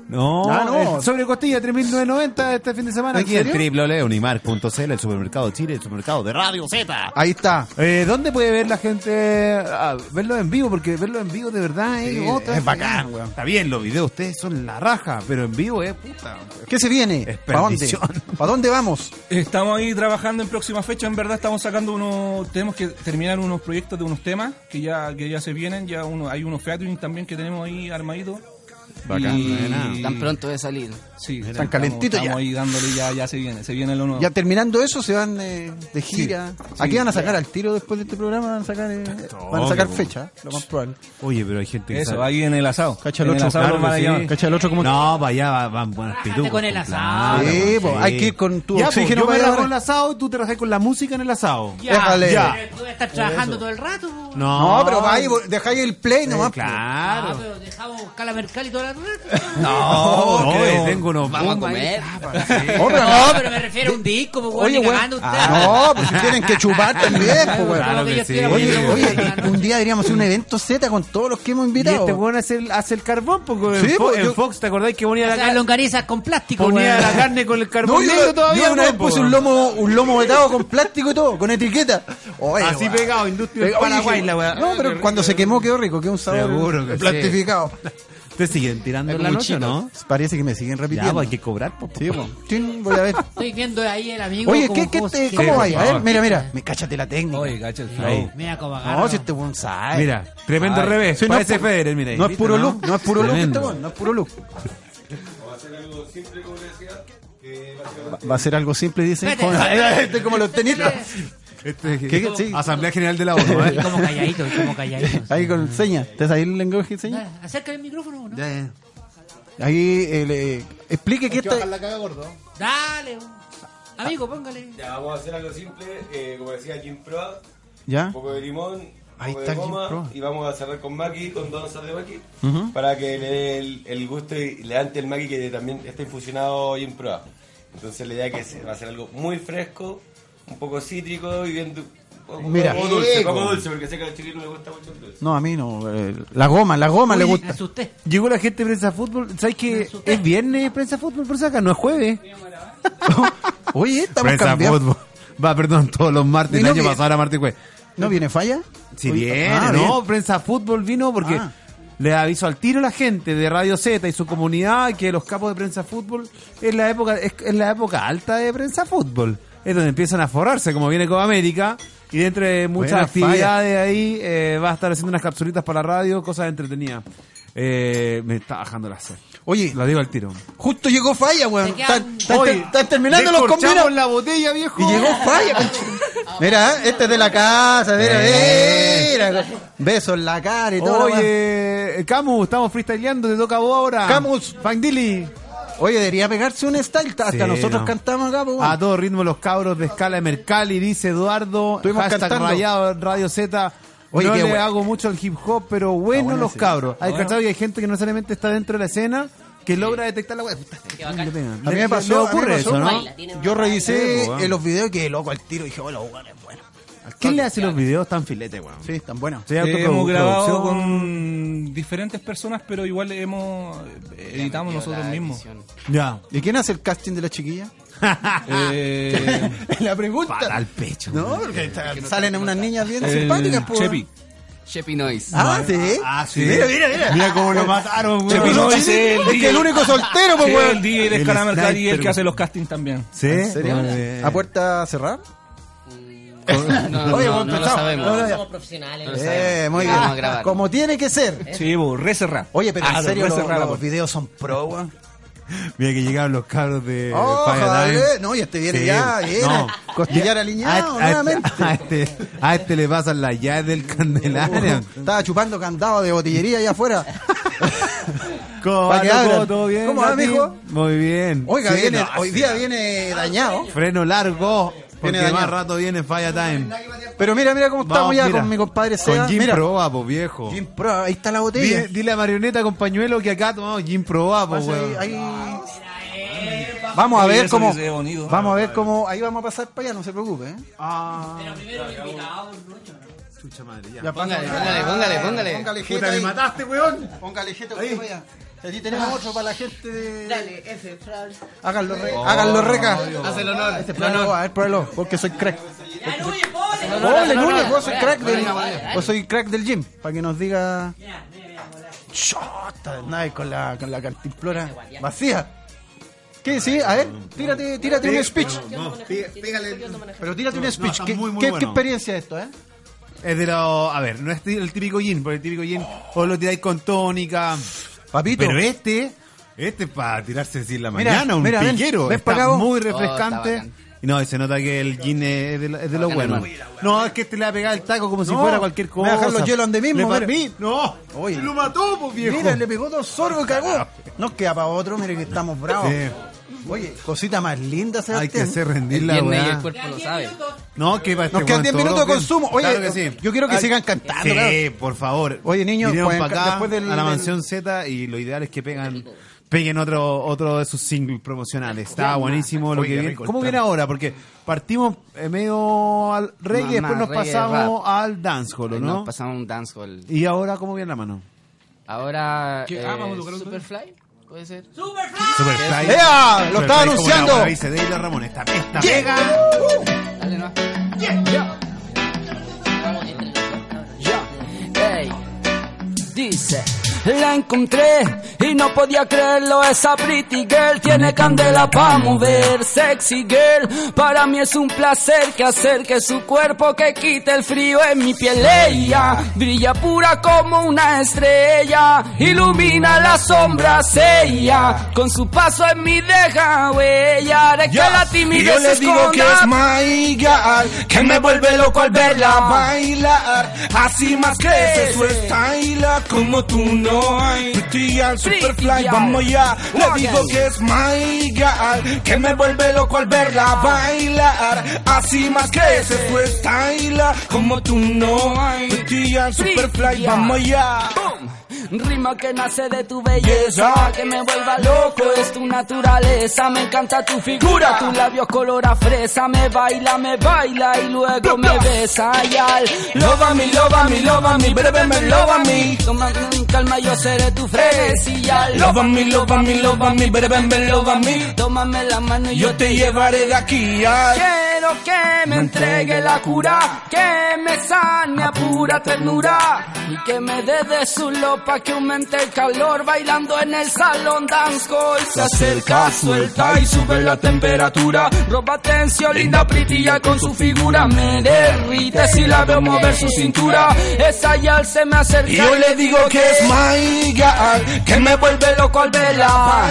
Speaker 2: No,
Speaker 3: Ah, no.
Speaker 2: el sobre costilla 3.990 este fin de semana.
Speaker 3: ¿En
Speaker 2: Aquí en
Speaker 3: serio?
Speaker 2: www.unimar.cl, el supermercado de Chile, el supermercado de Radio Z.
Speaker 3: Ahí está.
Speaker 2: Eh, ¿Dónde puede ver la gente ah, verlo en vivo? Porque verlo en vivo de verdad es
Speaker 3: Sí,
Speaker 2: otra.
Speaker 3: es bacán, weón.
Speaker 2: Está bien, los videos ustedes son la raja, pero en vivo es puta.
Speaker 3: ¿Qué se viene? ¿Para dónde?
Speaker 2: Perdición.
Speaker 3: ¿Para dónde vamos?
Speaker 5: Estamos ahí trabajando en próxima fecha, en verdad estamos sacando unos, tenemos que terminar unos proyectos de unos temas que ya, que ya se vienen, ya uno, hay unos featuring también que tenemos ahí armaditos.
Speaker 2: Bacán,
Speaker 5: Y-
Speaker 2: buena.
Speaker 4: Tan pronto de salir.
Speaker 5: Sí,
Speaker 3: Están
Speaker 5: estamos-
Speaker 3: calentitos
Speaker 5: estamos
Speaker 3: ya.
Speaker 5: ahí dándole, ya, ya se viene, se viene lo nuevo.
Speaker 3: Ya terminando eso se van eh, de gira. Aquí van a sacar al tiro después de este programa, van a sacar, eh, van a sacar
Speaker 2: obvio,
Speaker 3: fecha, lo más probable.
Speaker 2: Oye, pero hay gente que
Speaker 5: Eso,
Speaker 2: sabe-
Speaker 5: ahí en el asado.
Speaker 3: Cacha el
Speaker 5: en el
Speaker 3: otro,
Speaker 5: asado
Speaker 3: claro
Speaker 5: nos van a
Speaker 3: que sí.
Speaker 5: llamar.
Speaker 3: Cacha el otro como
Speaker 2: No, para allá van, van buenas pitucas,
Speaker 6: con el
Speaker 2: claro,
Speaker 6: asado.
Speaker 3: Sí,
Speaker 2: pues,
Speaker 3: po, hay que ir con tu
Speaker 2: Ya, po,
Speaker 3: oxígeno
Speaker 2: Yo me
Speaker 3: para
Speaker 2: rajo
Speaker 3: allá.
Speaker 2: con el asado y tú te rajas con la música en el asado.
Speaker 3: Déjale.
Speaker 2: Ya.
Speaker 6: Tú estás trabajando todo el rato. po.
Speaker 2: No, eh,
Speaker 3: No, pero ahí dejáis el play nomás.
Speaker 2: pues.
Speaker 3: po.
Speaker 6: Ah,
Speaker 2: Claro.
Speaker 6: pero dejamos Cala Mercal y todo el rato.
Speaker 2: No, Ah, no, eh, tengo unos
Speaker 4: Vamos a
Speaker 2: bombas.
Speaker 4: comer.
Speaker 3: Oh, pero
Speaker 6: No,
Speaker 3: no.
Speaker 6: pero me refiero a un disco, pues, weón,
Speaker 3: Oye,
Speaker 6: ni
Speaker 3: weón.
Speaker 6: cagando usted.
Speaker 3: Ah, no, pues si tienen que chupar también, po, weón.
Speaker 2: Claro que
Speaker 6: yo
Speaker 2: sí.
Speaker 6: estuviera
Speaker 3: Oye,
Speaker 6: poniendo-
Speaker 3: oye, un día deberíamos hacer un evento Z con todos los que hemos
Speaker 2: Y
Speaker 3: invitado.
Speaker 2: este weón hace, el- hace el carbón, porque
Speaker 3: Sí,
Speaker 2: en, Fo-
Speaker 3: pues,
Speaker 2: en
Speaker 3: yo-
Speaker 2: Fox, ¿te acordás que ponía la,
Speaker 6: O sea,
Speaker 2: carne
Speaker 6: longanizas con plástico,
Speaker 2: ponía
Speaker 6: weón.
Speaker 2: la carne con el
Speaker 3: No,
Speaker 2: carbón
Speaker 3: yo,
Speaker 2: negro
Speaker 3: yo
Speaker 2: todavía?
Speaker 3: una
Speaker 2: no,
Speaker 3: vez puse
Speaker 2: po?
Speaker 3: un lomo, un lomo vetado con plástico y todo, con etiqueta. Oye,
Speaker 2: Así
Speaker 3: weón. Eh,
Speaker 2: pegado, industria del
Speaker 3: Oye,
Speaker 2: Paraguay, la weá. Ah,
Speaker 3: No, pero cuando se quemó quedó rico, quedó un sabor
Speaker 2: Seguro que sí.
Speaker 3: plastificado.
Speaker 2: Te siguen tirando
Speaker 4: Es
Speaker 2: la
Speaker 4: como
Speaker 2: noche,
Speaker 4: un
Speaker 2: ¿no?
Speaker 3: Parece que me siguen repitiendo.
Speaker 2: Ya, pues, hay que cobrar, po.
Speaker 3: Sí, pues. po. Tin, voy a ver.
Speaker 6: Estoy viendo ahí el amigo.
Speaker 3: Oye,
Speaker 6: como
Speaker 3: ¿qué, qué
Speaker 6: cómo
Speaker 3: te-
Speaker 6: se-
Speaker 3: ¿cómo va? ahí? A ver,
Speaker 5: favor.
Speaker 3: mira, mira. Me cáchate la técnica.
Speaker 5: Oye, cacha el flow.
Speaker 2: Ahí.
Speaker 6: Mira cómo agarra.
Speaker 3: no, si este buen sabe.
Speaker 2: Mira, tremendo
Speaker 5: Ay.
Speaker 2: revés.
Speaker 3: Sí, no
Speaker 2: Parece
Speaker 3: es pu-
Speaker 2: Federer, mira. ahí,
Speaker 3: No es
Speaker 2: ¿viste,
Speaker 3: puro look, no es puro look este
Speaker 2: Tremendo.
Speaker 3: weón, no es puro look. Va a ser algo simple, dice.
Speaker 6: Vete.
Speaker 3: Como, este, como los tenistas.
Speaker 2: Este-
Speaker 3: ¿Qué- sí?
Speaker 2: Asamblea General de la ONU,
Speaker 6: Y
Speaker 2: ¿eh?
Speaker 6: como calladito, y como calladito.
Speaker 3: Ahí con señas. ¿Te sabes el lenguaje de señas?
Speaker 6: Acerca el micrófono, ¿no?
Speaker 2: Ya, ya.
Speaker 3: Ahí eh, le- explique que este- esta.
Speaker 6: Dale, weón. Amigo, póngale.
Speaker 9: Ya, vamos a hacer algo simple, eh, como decía Jim Proa,
Speaker 3: ¿Ya?
Speaker 9: un poco de limón, un
Speaker 3: Ahí
Speaker 9: poco
Speaker 3: está
Speaker 9: de
Speaker 3: Jim Proa.
Speaker 9: goma, y
Speaker 5: Eh,
Speaker 9: vamos a cerrar con Maki, con dos onzas de Maki, para que le dé el, el gusto y le ante el Maki que también está infusionado Jim Proa. Entonces la idea es que se- va a ser algo muy fresco, un poco cítrico y bien... du- Poco,
Speaker 3: Mira.
Speaker 9: poco dulce, poco dulce, porque sé que a los chicos les gusta mucho el dulce.
Speaker 3: No, a mí no. eh, la goma, la goma le
Speaker 6: Uy,
Speaker 3: gusta.
Speaker 6: Me asusté.
Speaker 2: Llegó la gente de prensa fútbol. ¿Sabes que es viernes prensa fútbol por acá? No es jueves.
Speaker 3: Oye, estamos cambiando.
Speaker 2: fútbol. Va, perdón, todos los martes.
Speaker 3: Y no
Speaker 2: el año
Speaker 3: viene-
Speaker 2: pasado era martes y jueves.
Speaker 3: ¿No viene falla?
Speaker 2: Si
Speaker 3: Oye,
Speaker 2: viene,
Speaker 3: ah,
Speaker 2: ¿no?
Speaker 3: bien.
Speaker 2: Prensa fútbol vino porque
Speaker 3: Ah.
Speaker 2: le aviso al tiro a la gente de Radio Z y su comunidad que los capos de prensa fútbol es la época, es, es la época alta de prensa fútbol. Es donde empiezan a forrarse, como viene con América. Y dentro de muchas
Speaker 3: Buena
Speaker 2: actividades ahí, eh, va a estar haciendo unas capsulitas para la radio, cosas entretenidas. Eh, me está bajando la sed.
Speaker 3: Oye.
Speaker 2: Lo digo al tiro.
Speaker 3: Justo llegó falla, weón.
Speaker 2: Te
Speaker 3: Estás
Speaker 2: quedan-
Speaker 3: estás-
Speaker 2: Oye,
Speaker 3: estás terminando los
Speaker 2: descorchamos
Speaker 3: combinos.
Speaker 2: la botella, viejo.
Speaker 3: Y llegó falla, conche. Mira, ¿eh? este es de la casa, mira, mira. Besos en la cara y todo.
Speaker 2: Oye, Camus, estamos freestyleando, te toca a vos ahora.
Speaker 3: Camus.
Speaker 2: Fangdili.
Speaker 3: Oye, debería pegarse un style. Hasta
Speaker 2: Sí,
Speaker 3: nosotros
Speaker 2: no. Ah,
Speaker 3: cantamos acá, pues,
Speaker 2: A todo ritmo los cabros de escala de Mercalli, dice Eduardo.
Speaker 3: Estuvimos
Speaker 2: hashtag
Speaker 3: cantando.
Speaker 2: rayado Radio Z.
Speaker 3: Oye,
Speaker 2: no
Speaker 3: qué
Speaker 2: le
Speaker 3: bueno.
Speaker 2: hago mucho al hip hop, pero bueno,
Speaker 3: bueno,
Speaker 2: los
Speaker 3: sí.
Speaker 2: cabros. Hay
Speaker 3: Bueno.
Speaker 2: cachado que hay gente que no necesariamente está dentro de la escena que logra detectar la wea. Puta, ¿dónde le pegan?
Speaker 3: A mí me pasó,
Speaker 2: Le
Speaker 3: a mí me
Speaker 2: ocurre
Speaker 3: pasó,
Speaker 2: eso, ¿no?
Speaker 3: baila, Yo revisé
Speaker 2: Sí, po,
Speaker 3: en
Speaker 2: weón.
Speaker 3: los videos y quedé loco al tiro. Dije, bueno, bueno, es bueno.
Speaker 2: ¿Quién le hace los videos tan filete, weón?
Speaker 3: Sí, están buenos.
Speaker 2: Sí, autoprodu-
Speaker 5: hemos grabado
Speaker 2: producción.
Speaker 5: con diferentes personas, pero igual hemos eh, editamos nosotros mismos.
Speaker 2: Ya.
Speaker 3: ¿Y quién hace el casting de la chiquilla?
Speaker 5: Eh,
Speaker 3: la pregunta.
Speaker 2: al pecho.
Speaker 3: No, porque está- salen unas niñas bien
Speaker 5: El
Speaker 3: simpáticas, po.
Speaker 5: Chepi.
Speaker 4: Chepi Noise.
Speaker 3: Ah, sí.
Speaker 2: Ah, sí.
Speaker 3: Mira, mira, mira.
Speaker 2: Mira cómo lo mataron, weón.
Speaker 5: Chepi no es el
Speaker 3: Es que
Speaker 5: DJ.
Speaker 3: el único soltero, po,
Speaker 5: Sí,
Speaker 3: weón.
Speaker 5: el DJ de
Speaker 2: El
Speaker 5: Escala Mercari, el
Speaker 2: sniper.
Speaker 5: que hace los castings también.
Speaker 2: ¿Sí? ah, pues,
Speaker 3: ¿En serio?
Speaker 2: Vale.
Speaker 3: ¿A puerta cerrada?
Speaker 4: No,
Speaker 3: Oye,
Speaker 4: no,
Speaker 3: vos
Speaker 4: no lo
Speaker 3: pensaba-
Speaker 4: sabemos.
Speaker 3: no, no, ya.
Speaker 10: Somos profesionales.
Speaker 4: No lo
Speaker 3: Eh,
Speaker 4: sabemos.
Speaker 3: muy bien.
Speaker 4: Vamos a grabar.
Speaker 3: Como tiene que ser.
Speaker 5: Sí, bo, re cerrado.
Speaker 3: Oye, pero
Speaker 5: Ah,
Speaker 3: en serio,
Speaker 5: re
Speaker 3: los,
Speaker 5: cerrado.
Speaker 3: los videos son pro, weón.
Speaker 2: Mira que llegaron los cabros de Eh,
Speaker 3: ¡Oh,
Speaker 2: Fire
Speaker 3: Ojalá,
Speaker 2: Time.
Speaker 3: no, y este viene
Speaker 2: Sí.
Speaker 3: ya, viene.
Speaker 2: No.
Speaker 3: Costillar
Speaker 2: A
Speaker 3: aliñado,
Speaker 2: este- a
Speaker 3: nuevamente.
Speaker 2: este, a, este, a este le pasan las llaves del Candelaria.
Speaker 3: Uh, Estaba chupando candado de botillería allá afuera.
Speaker 2: ¿Cómo
Speaker 3: Pa' que
Speaker 2: loco?
Speaker 3: abran.
Speaker 2: ¿Todo bien?
Speaker 3: ¿Cómo va,
Speaker 2: Nati?
Speaker 3: mijo?
Speaker 2: Muy bien.
Speaker 3: Oiga,
Speaker 2: Sí,
Speaker 3: viene,
Speaker 2: no,
Speaker 3: hoy día viene dañado.
Speaker 2: Freno largo. Porque
Speaker 3: Viene
Speaker 2: más
Speaker 3: dañado.
Speaker 2: rato viene Falla Time.
Speaker 3: Pero mira, mira cómo estamos
Speaker 2: Vamos,
Speaker 3: ya
Speaker 2: mira.
Speaker 3: con mi compadre Seba.
Speaker 2: Con Jim
Speaker 3: mira,
Speaker 2: Proba, po, viejo.
Speaker 3: Jim Pro, ahí está la botella.
Speaker 2: Dile, dile a Marioneta con pañuelo que acá tomamos Jim Proba, po,
Speaker 3: Pasa ahí,
Speaker 2: Oh, weón.
Speaker 3: ahí. Vamos a
Speaker 5: Sí,
Speaker 3: ver
Speaker 5: eso
Speaker 3: cómo.
Speaker 5: que se ve bonito.
Speaker 3: Vamos a ver cómo. Ahí vamos a pasar para allá, no se preocupe. ¿eh?
Speaker 2: Chucha madre, ya.
Speaker 4: Póngale, póngale, póngale, póngale.
Speaker 3: Póngale
Speaker 2: Puta, me
Speaker 3: jeta ahí.
Speaker 2: mataste, weón.
Speaker 3: Póngale jeta usted para allá. Aquí tenemos otro para la gente de.
Speaker 8: Dale, F, Fran.
Speaker 3: Háganlo, re... Háganlo reca.
Speaker 4: Haz el honor.
Speaker 3: Este,
Speaker 4: el honor.
Speaker 3: pruébalo, a ver, pruébalo, porque soy crack.
Speaker 8: ¡Ya, Núñez, pobre!
Speaker 3: Ole, Núñez, vos soy
Speaker 4: Bueno,
Speaker 3: crack
Speaker 4: bueno,
Speaker 3: del,
Speaker 4: bueno.
Speaker 3: vos soy crack del gym, para que nos diga. Chota, del Nike con la con la cantimplora vacía. ¿Qué? Sí, a ver, tírate, tírate un speech. Pero tírate un speech.
Speaker 2: está
Speaker 3: ¿Qué,
Speaker 2: muy, muy
Speaker 3: qué- qué
Speaker 2: bueno.
Speaker 3: experiencia es esto, eh?
Speaker 2: Es de lo. A ver, no es el típico gin, porque el típico gin o lo tiráis con tónica.
Speaker 3: Papito.
Speaker 2: Pero este, este es para tirarse así en la
Speaker 3: Mira,
Speaker 2: mañana, un
Speaker 3: mira, ven,
Speaker 2: piquero.
Speaker 3: ven
Speaker 2: está
Speaker 3: para acá vos.
Speaker 2: muy
Speaker 4: Oh,
Speaker 2: refrescante.
Speaker 4: está bacán.
Speaker 2: y no, y se nota que el gin es de, lo- es de lo
Speaker 4: Bacán,
Speaker 2: bueno. No, es que este le va a pegar el taco como si
Speaker 3: No,
Speaker 2: fuera cualquier
Speaker 3: me va
Speaker 2: cosa.
Speaker 3: a dejar los hielos donde mismo,
Speaker 2: Le pa-
Speaker 3: mira.
Speaker 2: mí, no.
Speaker 3: Oye.
Speaker 2: Lo mató, pues viejo.
Speaker 3: Mira, le pegó dos sorbos, cagó. No queda para otro, mire que estamos bravos.
Speaker 2: Sí.
Speaker 3: Oye, cosita más linda,
Speaker 2: Hay que
Speaker 3: Sebastián.
Speaker 2: hacer rendir
Speaker 4: El
Speaker 2: la
Speaker 4: viernes y
Speaker 2: weá.
Speaker 4: el cuerpo lo sabe.
Speaker 2: No, que va este
Speaker 3: Nos quedan
Speaker 2: weón
Speaker 3: 10
Speaker 2: todo
Speaker 3: minutos de
Speaker 2: bien.
Speaker 3: consumo. Oye,
Speaker 2: Claro que sí.
Speaker 3: yo quiero que
Speaker 2: Ay,
Speaker 3: sigan cantando,
Speaker 2: Sí,
Speaker 3: claro.
Speaker 2: por favor.
Speaker 3: Oye, niños,
Speaker 2: Vinieron
Speaker 3: pueden
Speaker 2: pa'
Speaker 3: ca-
Speaker 2: acá
Speaker 3: después del-
Speaker 2: a la
Speaker 3: del-
Speaker 2: mansión Z y lo ideal es que pegan, peguen otro, otro de sus singles promocionales. Está buenísimo lo que viene. ¿Cómo viene ahora? Porque partimos eh, medio al reggae,
Speaker 4: Mamá,
Speaker 2: después nos
Speaker 4: reggae,
Speaker 2: pasamos
Speaker 4: rap.
Speaker 2: al dancehall, ¿o ¿no?
Speaker 4: Nos pasamos a un dancehall.
Speaker 2: Y ahora, ¿cómo viene la mano?
Speaker 4: Ahora,
Speaker 5: ¿Qué?
Speaker 4: eh,
Speaker 5: Ah, vamos a tocar otro.
Speaker 4: Superfly, puede ser.
Speaker 2: Superfly.
Speaker 3: ¡Ea! ¡Lo estaba
Speaker 2: Superfly, como la
Speaker 3: anunciando!
Speaker 2: buena dice Deila Ramón, esta esta pega.
Speaker 4: Dale, no.
Speaker 1: eh, Ey, dice. La encontré y no podía creerlo, esa pretty girl tiene candela para mover, sexy girl, para mí es un placer que acerque su cuerpo, que quite el frío en mi piel, ella brilla pura como una estrella, ilumina las sombras, ella con su paso en mi deja huella, de que
Speaker 7: Ya,
Speaker 1: la
Speaker 7: y yo
Speaker 1: timidez
Speaker 7: le digo que es
Speaker 1: esconda
Speaker 7: my girl, que me vuelve loco al verla bailar. Así más crece su style, como tú no hay. Pretty girl, superfly,
Speaker 1: girl.
Speaker 7: vamos ya.
Speaker 1: Oigan.
Speaker 7: Le digo que es my girl, que me vuelve loco al verla bailar. Así más crece su style, como tú no hay. Pretty girl, superfly,
Speaker 1: girl.
Speaker 7: vamos ya.
Speaker 1: Boom. Rima que nace de tu belleza,
Speaker 7: ah.
Speaker 1: que me vuelva loco, es tu naturaleza, me encanta tu figura, tu labios color a fresa, me baila, me baila y luego me besa y al
Speaker 7: Loba mi, loba mi, loba mi, breve me loba mi.
Speaker 1: Toma con calma, yo seré tu frenesía.
Speaker 7: Loba mi, loba mi, loba mi, breve me loba mi.
Speaker 1: Tómame la mano y
Speaker 7: Yo te llevaré de aquí a...
Speaker 1: Quiero que me entregue la cura, que me sane a pura ternura y que me dé de su lopa que aumente el calor bailando en el salón dance hall. Se acerca, suelta y sube la temperatura. Roba atención, linda pritilla con su figura. Me derrite si la veo mover su cintura. Esa ya se me acerca
Speaker 7: Y yo le digo que es
Speaker 1: my God, que me vuelve loco al verla.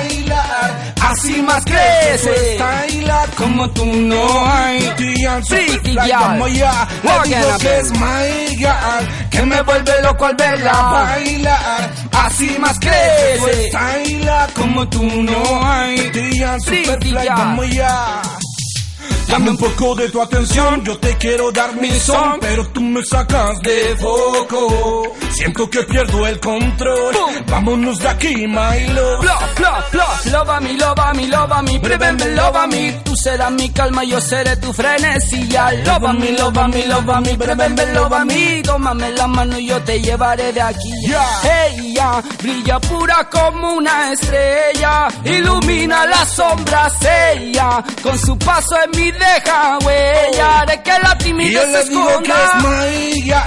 Speaker 1: Así más crece, baila como tú no hay. Pretty
Speaker 7: Like a
Speaker 1: girl.
Speaker 7: moya. Le
Speaker 1: Walking
Speaker 7: digo
Speaker 1: up
Speaker 7: que
Speaker 1: it.
Speaker 7: es my girl,
Speaker 1: que me vuelve loco al verla
Speaker 7: bailar. Así más crece. Baila como tú no hay. Superfly, vamos ya. Dame un poco de tu atención, yo te quiero dar mi son, pero tú me sacas de foco. Siento que pierdo el control. Vámonos de aquí, my love.
Speaker 1: Bla, bla, bla, loba mi, loba mi, loba mi, beben, loba mi. Tú serás mi calma, yo seré tu frenesía. Loba mi, loba mi, loba mi, beben, loba mi. Tómame la mano y yo te llevaré de aquí. Ella brilla pura como una estrella, ilumina las sombras. Ella con su paso en mi deja huella de que la
Speaker 7: Oh. Y
Speaker 1: timidez
Speaker 7: yo
Speaker 1: se
Speaker 7: le digo que
Speaker 1: esconda.
Speaker 7: es Maya,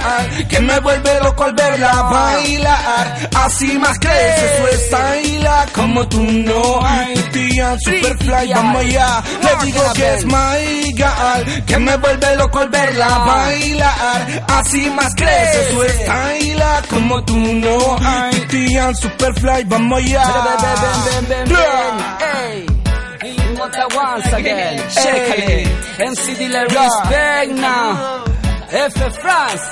Speaker 7: que me vuelve loco al verla bailar. Así más crece su estaila, como tú no hay. Tía Superfly, vamos allá. Le digo que es Maya, que me vuelve loco al
Speaker 1: Ah.
Speaker 7: verla bailar. Así más crece su estaila, como tú no hay. Tía Superfly, vamos allá.
Speaker 1: Ven, ven, ven, ey. Mota once again, shake it. MC Dealer
Speaker 7: Yeah.
Speaker 1: respect now. F France,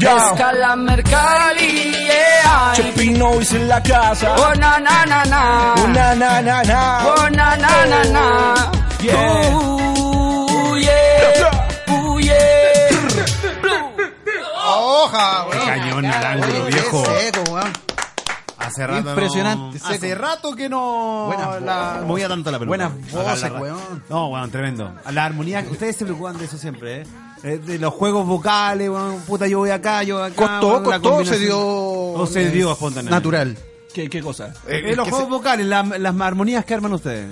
Speaker 7: Yeah.
Speaker 1: Escala Mercalli, yeah.
Speaker 7: Chepino es en la casa.
Speaker 1: Oh na na na na.
Speaker 7: Oh, na, na, na, na.
Speaker 1: Oh na na na na.
Speaker 7: Yeah.
Speaker 1: Ooh, yeah. Ooh, yeah.
Speaker 3: ¡Hoja, weón!
Speaker 2: Cañón al ángulo,
Speaker 3: Oye,
Speaker 2: viejo.
Speaker 3: qué seco, weón.
Speaker 2: Hace rato no-
Speaker 3: Impresionante, seco.
Speaker 2: Hace rato que no...
Speaker 3: Buenas
Speaker 2: la-
Speaker 3: voces.
Speaker 2: Movía tanto la peluca.
Speaker 3: Buenas voces, weón.
Speaker 2: No, weón, tremendo. La armonía, ustedes se preocupan de eso siempre, ¿eh? Eh, De los juegos vocales, weón, puta, yo voy acá, yo acá.
Speaker 3: Costó,
Speaker 2: weón, la
Speaker 3: costó,
Speaker 2: combinación.
Speaker 3: se dio-
Speaker 2: Todo se dio espontáneamente.
Speaker 3: Natural.
Speaker 5: ¿Qué, qué cosa?
Speaker 2: Eh,
Speaker 4: Es
Speaker 2: los
Speaker 4: que
Speaker 2: juegos
Speaker 4: se-
Speaker 2: vocales, la- las armonías que arman ustedes.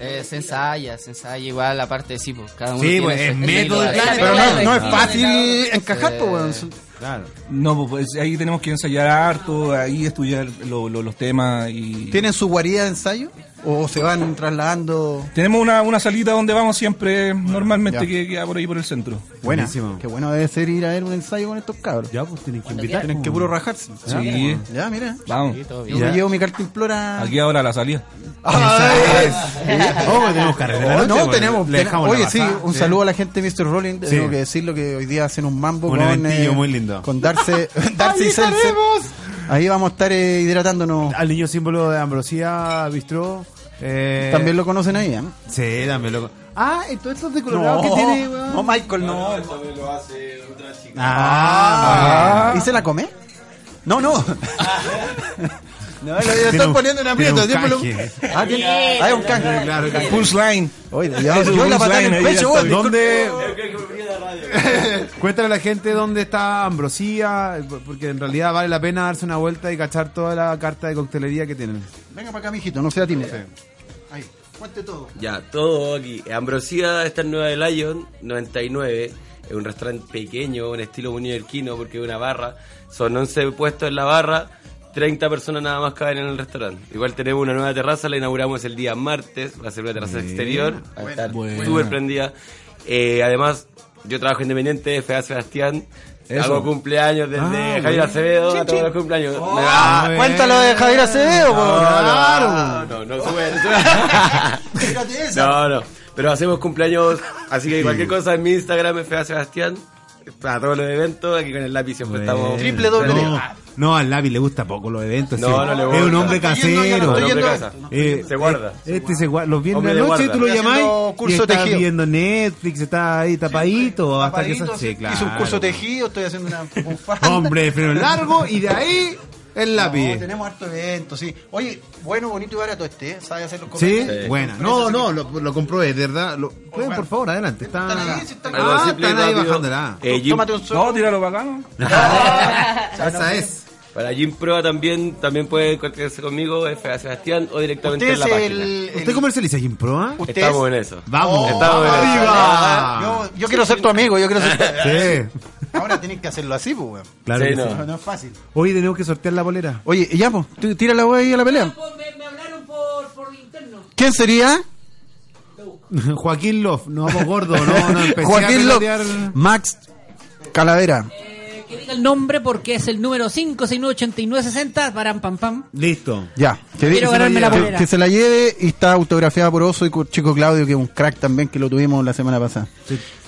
Speaker 4: Eh, se ensaya, se ensaya igual, aparte sí, pues cada uno
Speaker 2: Sí,
Speaker 4: tiene
Speaker 2: pues,
Speaker 4: su
Speaker 2: es
Speaker 4: estilo,
Speaker 2: método,
Speaker 4: así.
Speaker 2: claro,
Speaker 3: Pero no, no es
Speaker 4: Sí.
Speaker 3: fácil encajar,
Speaker 4: Sí.
Speaker 3: po, weón.
Speaker 2: Claro.
Speaker 5: No, pues ahí tenemos que ensayar harto, ahí estudiar lo- lo- los temas y...
Speaker 3: ¿Tienen su guarida de ensayo? ¿O se van trasladando?
Speaker 5: Tenemos una, una salita donde vamos siempre, normalmente
Speaker 3: ya.
Speaker 5: que queda por ahí por el centro.
Speaker 3: Buena.
Speaker 2: Buenísimo.
Speaker 3: Qué bueno debe ser ir a ver un ensayo con estos cabros.
Speaker 2: Ya, pues tienen que
Speaker 3: invitar. Tienen que puro rajarse.
Speaker 5: Sí.
Speaker 3: Ya, mira.
Speaker 5: Vamos.
Speaker 3: Yo me llevo mi cartimplora.
Speaker 5: Aquí ahora la salida.
Speaker 3: Ay,
Speaker 2: Oh, pues, tenemos carrera.
Speaker 3: Oh,
Speaker 2: de noche,
Speaker 3: no,
Speaker 2: weón.
Speaker 3: tenemos.
Speaker 2: Le dejamos
Speaker 3: Oye,
Speaker 2: la
Speaker 3: sí,
Speaker 2: bajada,
Speaker 3: un
Speaker 2: sí.
Speaker 3: saludo a la gente de Mr. Rolling.
Speaker 2: Sí.
Speaker 3: Tengo que decirlo que hoy día hacen un mambo
Speaker 2: Un
Speaker 3: con. eh,
Speaker 2: eventillo muy lindo.
Speaker 3: Con Darce, Darcy
Speaker 2: ¡Ahí
Speaker 3: Seltzer.
Speaker 2: estaremos! Ah,
Speaker 3: Ahí vamos a estar eh, hidratándonos.
Speaker 2: Al niño símbolo de Ambrosía Bistró. eh,
Speaker 3: También lo conocen ahí, ¿eh?
Speaker 2: Sí, también lo.
Speaker 3: Ah, entonces estos de
Speaker 2: Colorado que tiene, weón.
Speaker 3: No, Michael, no.
Speaker 9: No, eso lo hace otra chica.
Speaker 2: Ah,
Speaker 3: ¿Y se la come? No, no. no, lo
Speaker 2: Tiene
Speaker 3: están
Speaker 2: un-
Speaker 3: poniendo en aprieto.
Speaker 2: tiene un
Speaker 3: siempre lo-
Speaker 2: canje.
Speaker 3: Ah, tiene- ah, es un canje.
Speaker 2: Claro, claro.
Speaker 5: Punchline.
Speaker 3: Oye, yo,
Speaker 5: Es un
Speaker 3: yo la patada en el
Speaker 5: punchline ahí,
Speaker 3: pecho,
Speaker 5: ya
Speaker 3: weón.
Speaker 5: está.
Speaker 2: ¿Dónde? Cuéntale a la gente dónde está Ambrosía, eh, porque en realidad vale la pena darse una vuelta y cachar toda la carta de coctelería que tienen.
Speaker 3: Venga para acá, mijito, no sea tímido. Ahí, cuente todo.
Speaker 9: Ya, todo aquí. Ambrosía está en Nueva de Lyon, 99. Es un restaurante pequeño, un estilo muy neoyorquino, porque es una barra. Son 11 puestos en la barra, 30 personas nada más caben en el restaurante. Igual tenemos una nueva terraza, la inauguramos el día martes. Va a ser una terraza exterior, va a estar
Speaker 5: Buena.
Speaker 9: súper prendida. Eh, además, yo trabajo independiente, Fea Sebastián.
Speaker 5: Eso.
Speaker 9: Hago cumpleaños desde
Speaker 2: Ah,
Speaker 9: Javier Acevedo a todos los cumpleaños. Me va-
Speaker 3: Ah, cuéntalo de Javier Acevedo,
Speaker 9: no,
Speaker 3: po.
Speaker 9: no, no, no, no, sube, no sube.
Speaker 3: Fíjate esa.
Speaker 9: No, no. Pero hacemos cumpleaños, así que cualquier cosa en mi Instagram es Fea Sebastián. Para todos los eventos, aquí con el lápiz siempre estamos.
Speaker 3: Triple doble
Speaker 2: No, no, al Lavi le gusta poco los eventos.
Speaker 9: No,
Speaker 2: sí.
Speaker 9: no le
Speaker 2: Es un
Speaker 9: gusta.
Speaker 2: hombre
Speaker 9: Está
Speaker 2: casero.
Speaker 9: Pero
Speaker 3: Estoy
Speaker 9: hombre
Speaker 3: yendo-
Speaker 9: casa.
Speaker 2: Eh,
Speaker 9: se guarda.
Speaker 2: eh, Este se guarda. Los viernes de
Speaker 9: Hombre
Speaker 2: la
Speaker 9: de
Speaker 2: noche
Speaker 9: guarda.
Speaker 2: tú lo
Speaker 3: Estoy
Speaker 2: llamáis
Speaker 3: haciendo
Speaker 2: y
Speaker 3: curso
Speaker 2: está
Speaker 3: tejido.
Speaker 2: viendo Netflix, está ahí tapadito hasta que se
Speaker 3: Tapadito,
Speaker 2: sí, claro.
Speaker 3: Hice un curso tejido, estoy haciendo una un fan.
Speaker 2: Hombre, freno largo y de ahí el lápiz.
Speaker 3: No, tenemos harto evento, sí. Oye, bueno, bonito y barato este, ¿eh? ¿Sabe hacer los
Speaker 2: ¿Sí?
Speaker 3: comentarios?
Speaker 2: buena. No, no, lo, lo comprobé, de verdad. Lo, pueden, por favor, adelante. Está,
Speaker 3: Están ahí, sí, están
Speaker 9: Algo
Speaker 2: ah,
Speaker 9: simple y
Speaker 2: están ahí
Speaker 9: rápido.
Speaker 2: bajándola.
Speaker 9: Eh, Jim-
Speaker 3: Tómate un
Speaker 5: No,
Speaker 3: solo.
Speaker 5: tíralo para acá, ¿no?
Speaker 2: Esa es.
Speaker 9: para Jim Proa también, también puede contactarse conmigo, es Fea Sebastián, o directamente
Speaker 3: Usted
Speaker 9: en
Speaker 3: es
Speaker 9: la
Speaker 3: el.
Speaker 9: página.
Speaker 3: el-
Speaker 2: ¿Usted comercializa Jim Pro? ah?
Speaker 3: usted es- Oh,
Speaker 9: Estamos en eso.
Speaker 2: Vamos.
Speaker 9: Estamos en eso.
Speaker 3: Ah, Yo, yo quiero ser tu amigo, yo quiero ser tu
Speaker 2: Sí.
Speaker 3: Ahora tenés que hacerlo así, pues, weón.
Speaker 2: Claro Sí, que no. sí.
Speaker 3: no. no es fácil.
Speaker 2: Hoy tenemos que sortear la bolera.
Speaker 3: Oye, ya, pues, tú tira la weá ahí a la pelea. ¿Quién sería?
Speaker 2: Joaquín Love, no vamos gordo, no, no empecé a
Speaker 3: Joaquín
Speaker 2: pelotear.
Speaker 3: López. Max Calavera.
Speaker 6: Eh, Que diga el nombre porque es el número 5698960. Param, pam, pam.
Speaker 2: Listo.
Speaker 3: Ya. Que,
Speaker 6: Quiero
Speaker 3: que
Speaker 6: ganarme
Speaker 3: se
Speaker 6: la
Speaker 3: lleve.
Speaker 6: polera.
Speaker 3: Que se la lleve y está autografiada por Oso y con Chico Claudio, que es un crack también, que lo tuvimos la semana pasada.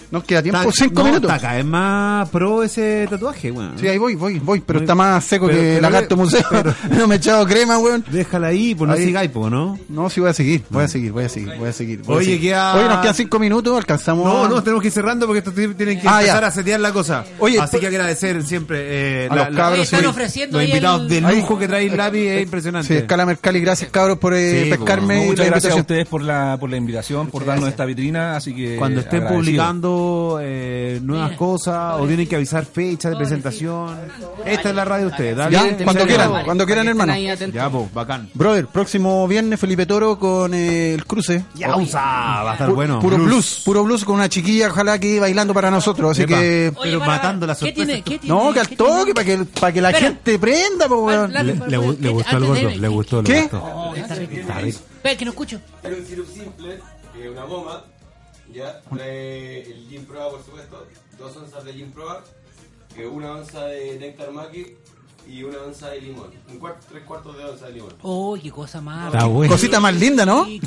Speaker 3: Nos queda tiempo,
Speaker 2: Está-
Speaker 3: cinco
Speaker 2: no,
Speaker 3: minutos.
Speaker 2: Está cada vez más pro ese tatuaje, weón.
Speaker 3: Sí, ahí voy, voy, voy, pero
Speaker 2: Muy-
Speaker 3: está más seco
Speaker 2: pero-
Speaker 3: que
Speaker 2: pero-
Speaker 3: Lagarto Museo. no me he echado crema, weón.
Speaker 2: Déjala ahí, pues no
Speaker 3: Ahí.
Speaker 2: sigáis, pues, ¿no?
Speaker 3: No, sí voy a seguir, voy a seguir, voy a seguir, voy a seguir. voy a
Speaker 2: Mm. Oye,
Speaker 3: seguir.
Speaker 2: queda-
Speaker 3: Oye, nos quedan cinco minutos, alcanzamos.
Speaker 2: No, no, tenemos que ir cerrando porque esto tiene- tienen que
Speaker 3: Ah,
Speaker 2: empezar
Speaker 3: ya.
Speaker 2: a setear la cosa.
Speaker 3: Oye,
Speaker 2: Así
Speaker 3: pues-
Speaker 2: que agradecer siempre eh,
Speaker 3: A
Speaker 2: la-
Speaker 3: los
Speaker 2: la-
Speaker 3: cabros, Ahí están sí.
Speaker 6: ofreciendo
Speaker 2: los
Speaker 6: ahí
Speaker 2: invitados
Speaker 6: el-
Speaker 2: de
Speaker 3: Ahí-
Speaker 2: lujo que trae el lápiz, es
Speaker 3: Sí,
Speaker 2: impresionante.
Speaker 3: Escala Mercalli, gracias cabros por eh,
Speaker 2: Sí, pues,
Speaker 3: pescarme y la
Speaker 5: Muchas gracias a
Speaker 3: invitación.
Speaker 5: ustedes por la, por la invitación, por darnos esta vitrina, así que
Speaker 2: Eh, Cuando estén
Speaker 5: agradecido.
Speaker 2: publicando eh, nuevas cosas o tienen que avisar fecha de presentación, esta es la radio de ustedes. dale.
Speaker 3: Ya,
Speaker 2: Muchas
Speaker 3: cuando
Speaker 2: gracias.
Speaker 3: quieran, cuando quieran, hermano.
Speaker 2: Ya, pues, bacán.
Speaker 3: Brother, próximo viernes Felipe Toro con eh, el cruce.
Speaker 2: Ya, usa, va a estar
Speaker 3: Pu-
Speaker 2: bueno.
Speaker 3: Puro blues. puro blues con una chiquilla, ojalá que bailando para nosotros. Así
Speaker 2: Epa.
Speaker 3: que.
Speaker 2: Pero matando la
Speaker 6: ¿Qué
Speaker 2: sorpresa.
Speaker 6: tiene? ¿Qué tiene?
Speaker 3: No, que al
Speaker 6: ¿Qué
Speaker 3: toque, para que, para que la
Speaker 6: Espera.
Speaker 3: gente prenda, po, weón.
Speaker 6: Al- al-
Speaker 2: Le, gu- le gustó el
Speaker 6: antes de-
Speaker 2: gordo, le gustó, le
Speaker 3: ¿Qué?
Speaker 2: gustó.
Speaker 6: Oh, está rico.
Speaker 2: Está rico.
Speaker 6: Espera, que no escucho.
Speaker 9: Era un sirup simple, eh, una goma, ya, trae el gin proa por supuesto, dos onzas de gin proa, eh, una onza de néctar maki y una onza de limón, un cuart- tres cuartos de onza de limón.
Speaker 6: Oh, qué cosa más.
Speaker 2: Está bueno.
Speaker 3: Cosita más linda, ¿no?
Speaker 2: Sí.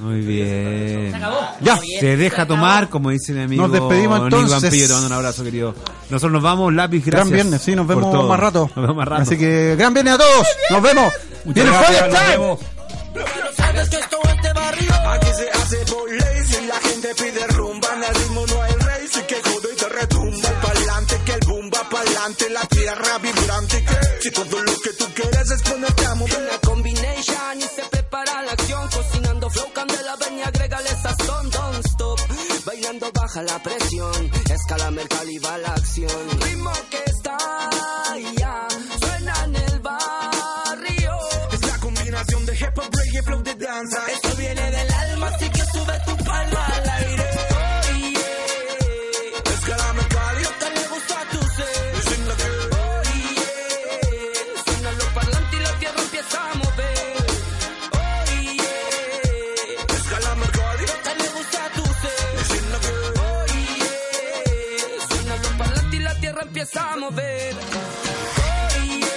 Speaker 2: Muy bien.
Speaker 3: Ya.
Speaker 2: Se deja tomar, como dice mi amigo.
Speaker 3: Nos despedimos
Speaker 2: Nico
Speaker 3: entonces.
Speaker 2: Ampillo, te mando un abrazo, querido. Nosotros nos vamos, lápiz, gracias.
Speaker 3: Gran viernes, sí, nos
Speaker 2: por
Speaker 3: vemos
Speaker 2: todo.
Speaker 3: más rato.
Speaker 2: Nos vemos más rato.
Speaker 3: Así que, gran viernes a todos. Nos vemos. Viene
Speaker 5: Gracias,
Speaker 3: Fire
Speaker 5: nos
Speaker 3: Time.
Speaker 5: vemos.
Speaker 7: sabes que esto es de barrio. Aquí se hace voley si la gente pide rumba. En el ritmo no hay rey, si que jodo y te retumba. Pa'lante que el boom va pa'lante, la tierra vibrante. Que si todo lo que tú quieres es ponerte a mover.
Speaker 1: Una combination y se prepara la acción Cocinando flow, candela, ven y agrégale sazón Don't stop, bailando baja la presión Escala, mercal y va la acción Ritmo que está ya Suena en el barrio
Speaker 7: Es la combinación de hip hop, reggae, flow de danza.
Speaker 1: Esto viene del alma, así que sube tu palma al aire Oh yeah
Speaker 7: Es que la mercadia
Speaker 1: Hasta le gusta a tu ser
Speaker 7: es en la que
Speaker 1: Oh yeah Suena los parlantes y la tierra empieza a mover Oh yeah
Speaker 7: es que la mercadia
Speaker 1: Hasta le gusta a tu ser
Speaker 7: es en la que
Speaker 1: Oye, suena los parlantes y la tierra empieza a mover. Oye,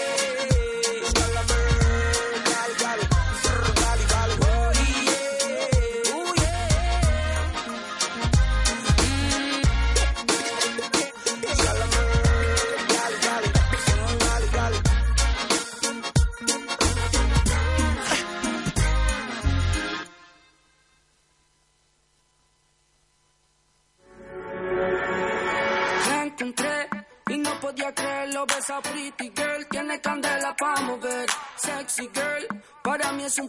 Speaker 1: Oye, oye. La encontré y no podía creerlo. Ves a Pretty Girl, tiene candela para mover. Sexy Girl, para mí es un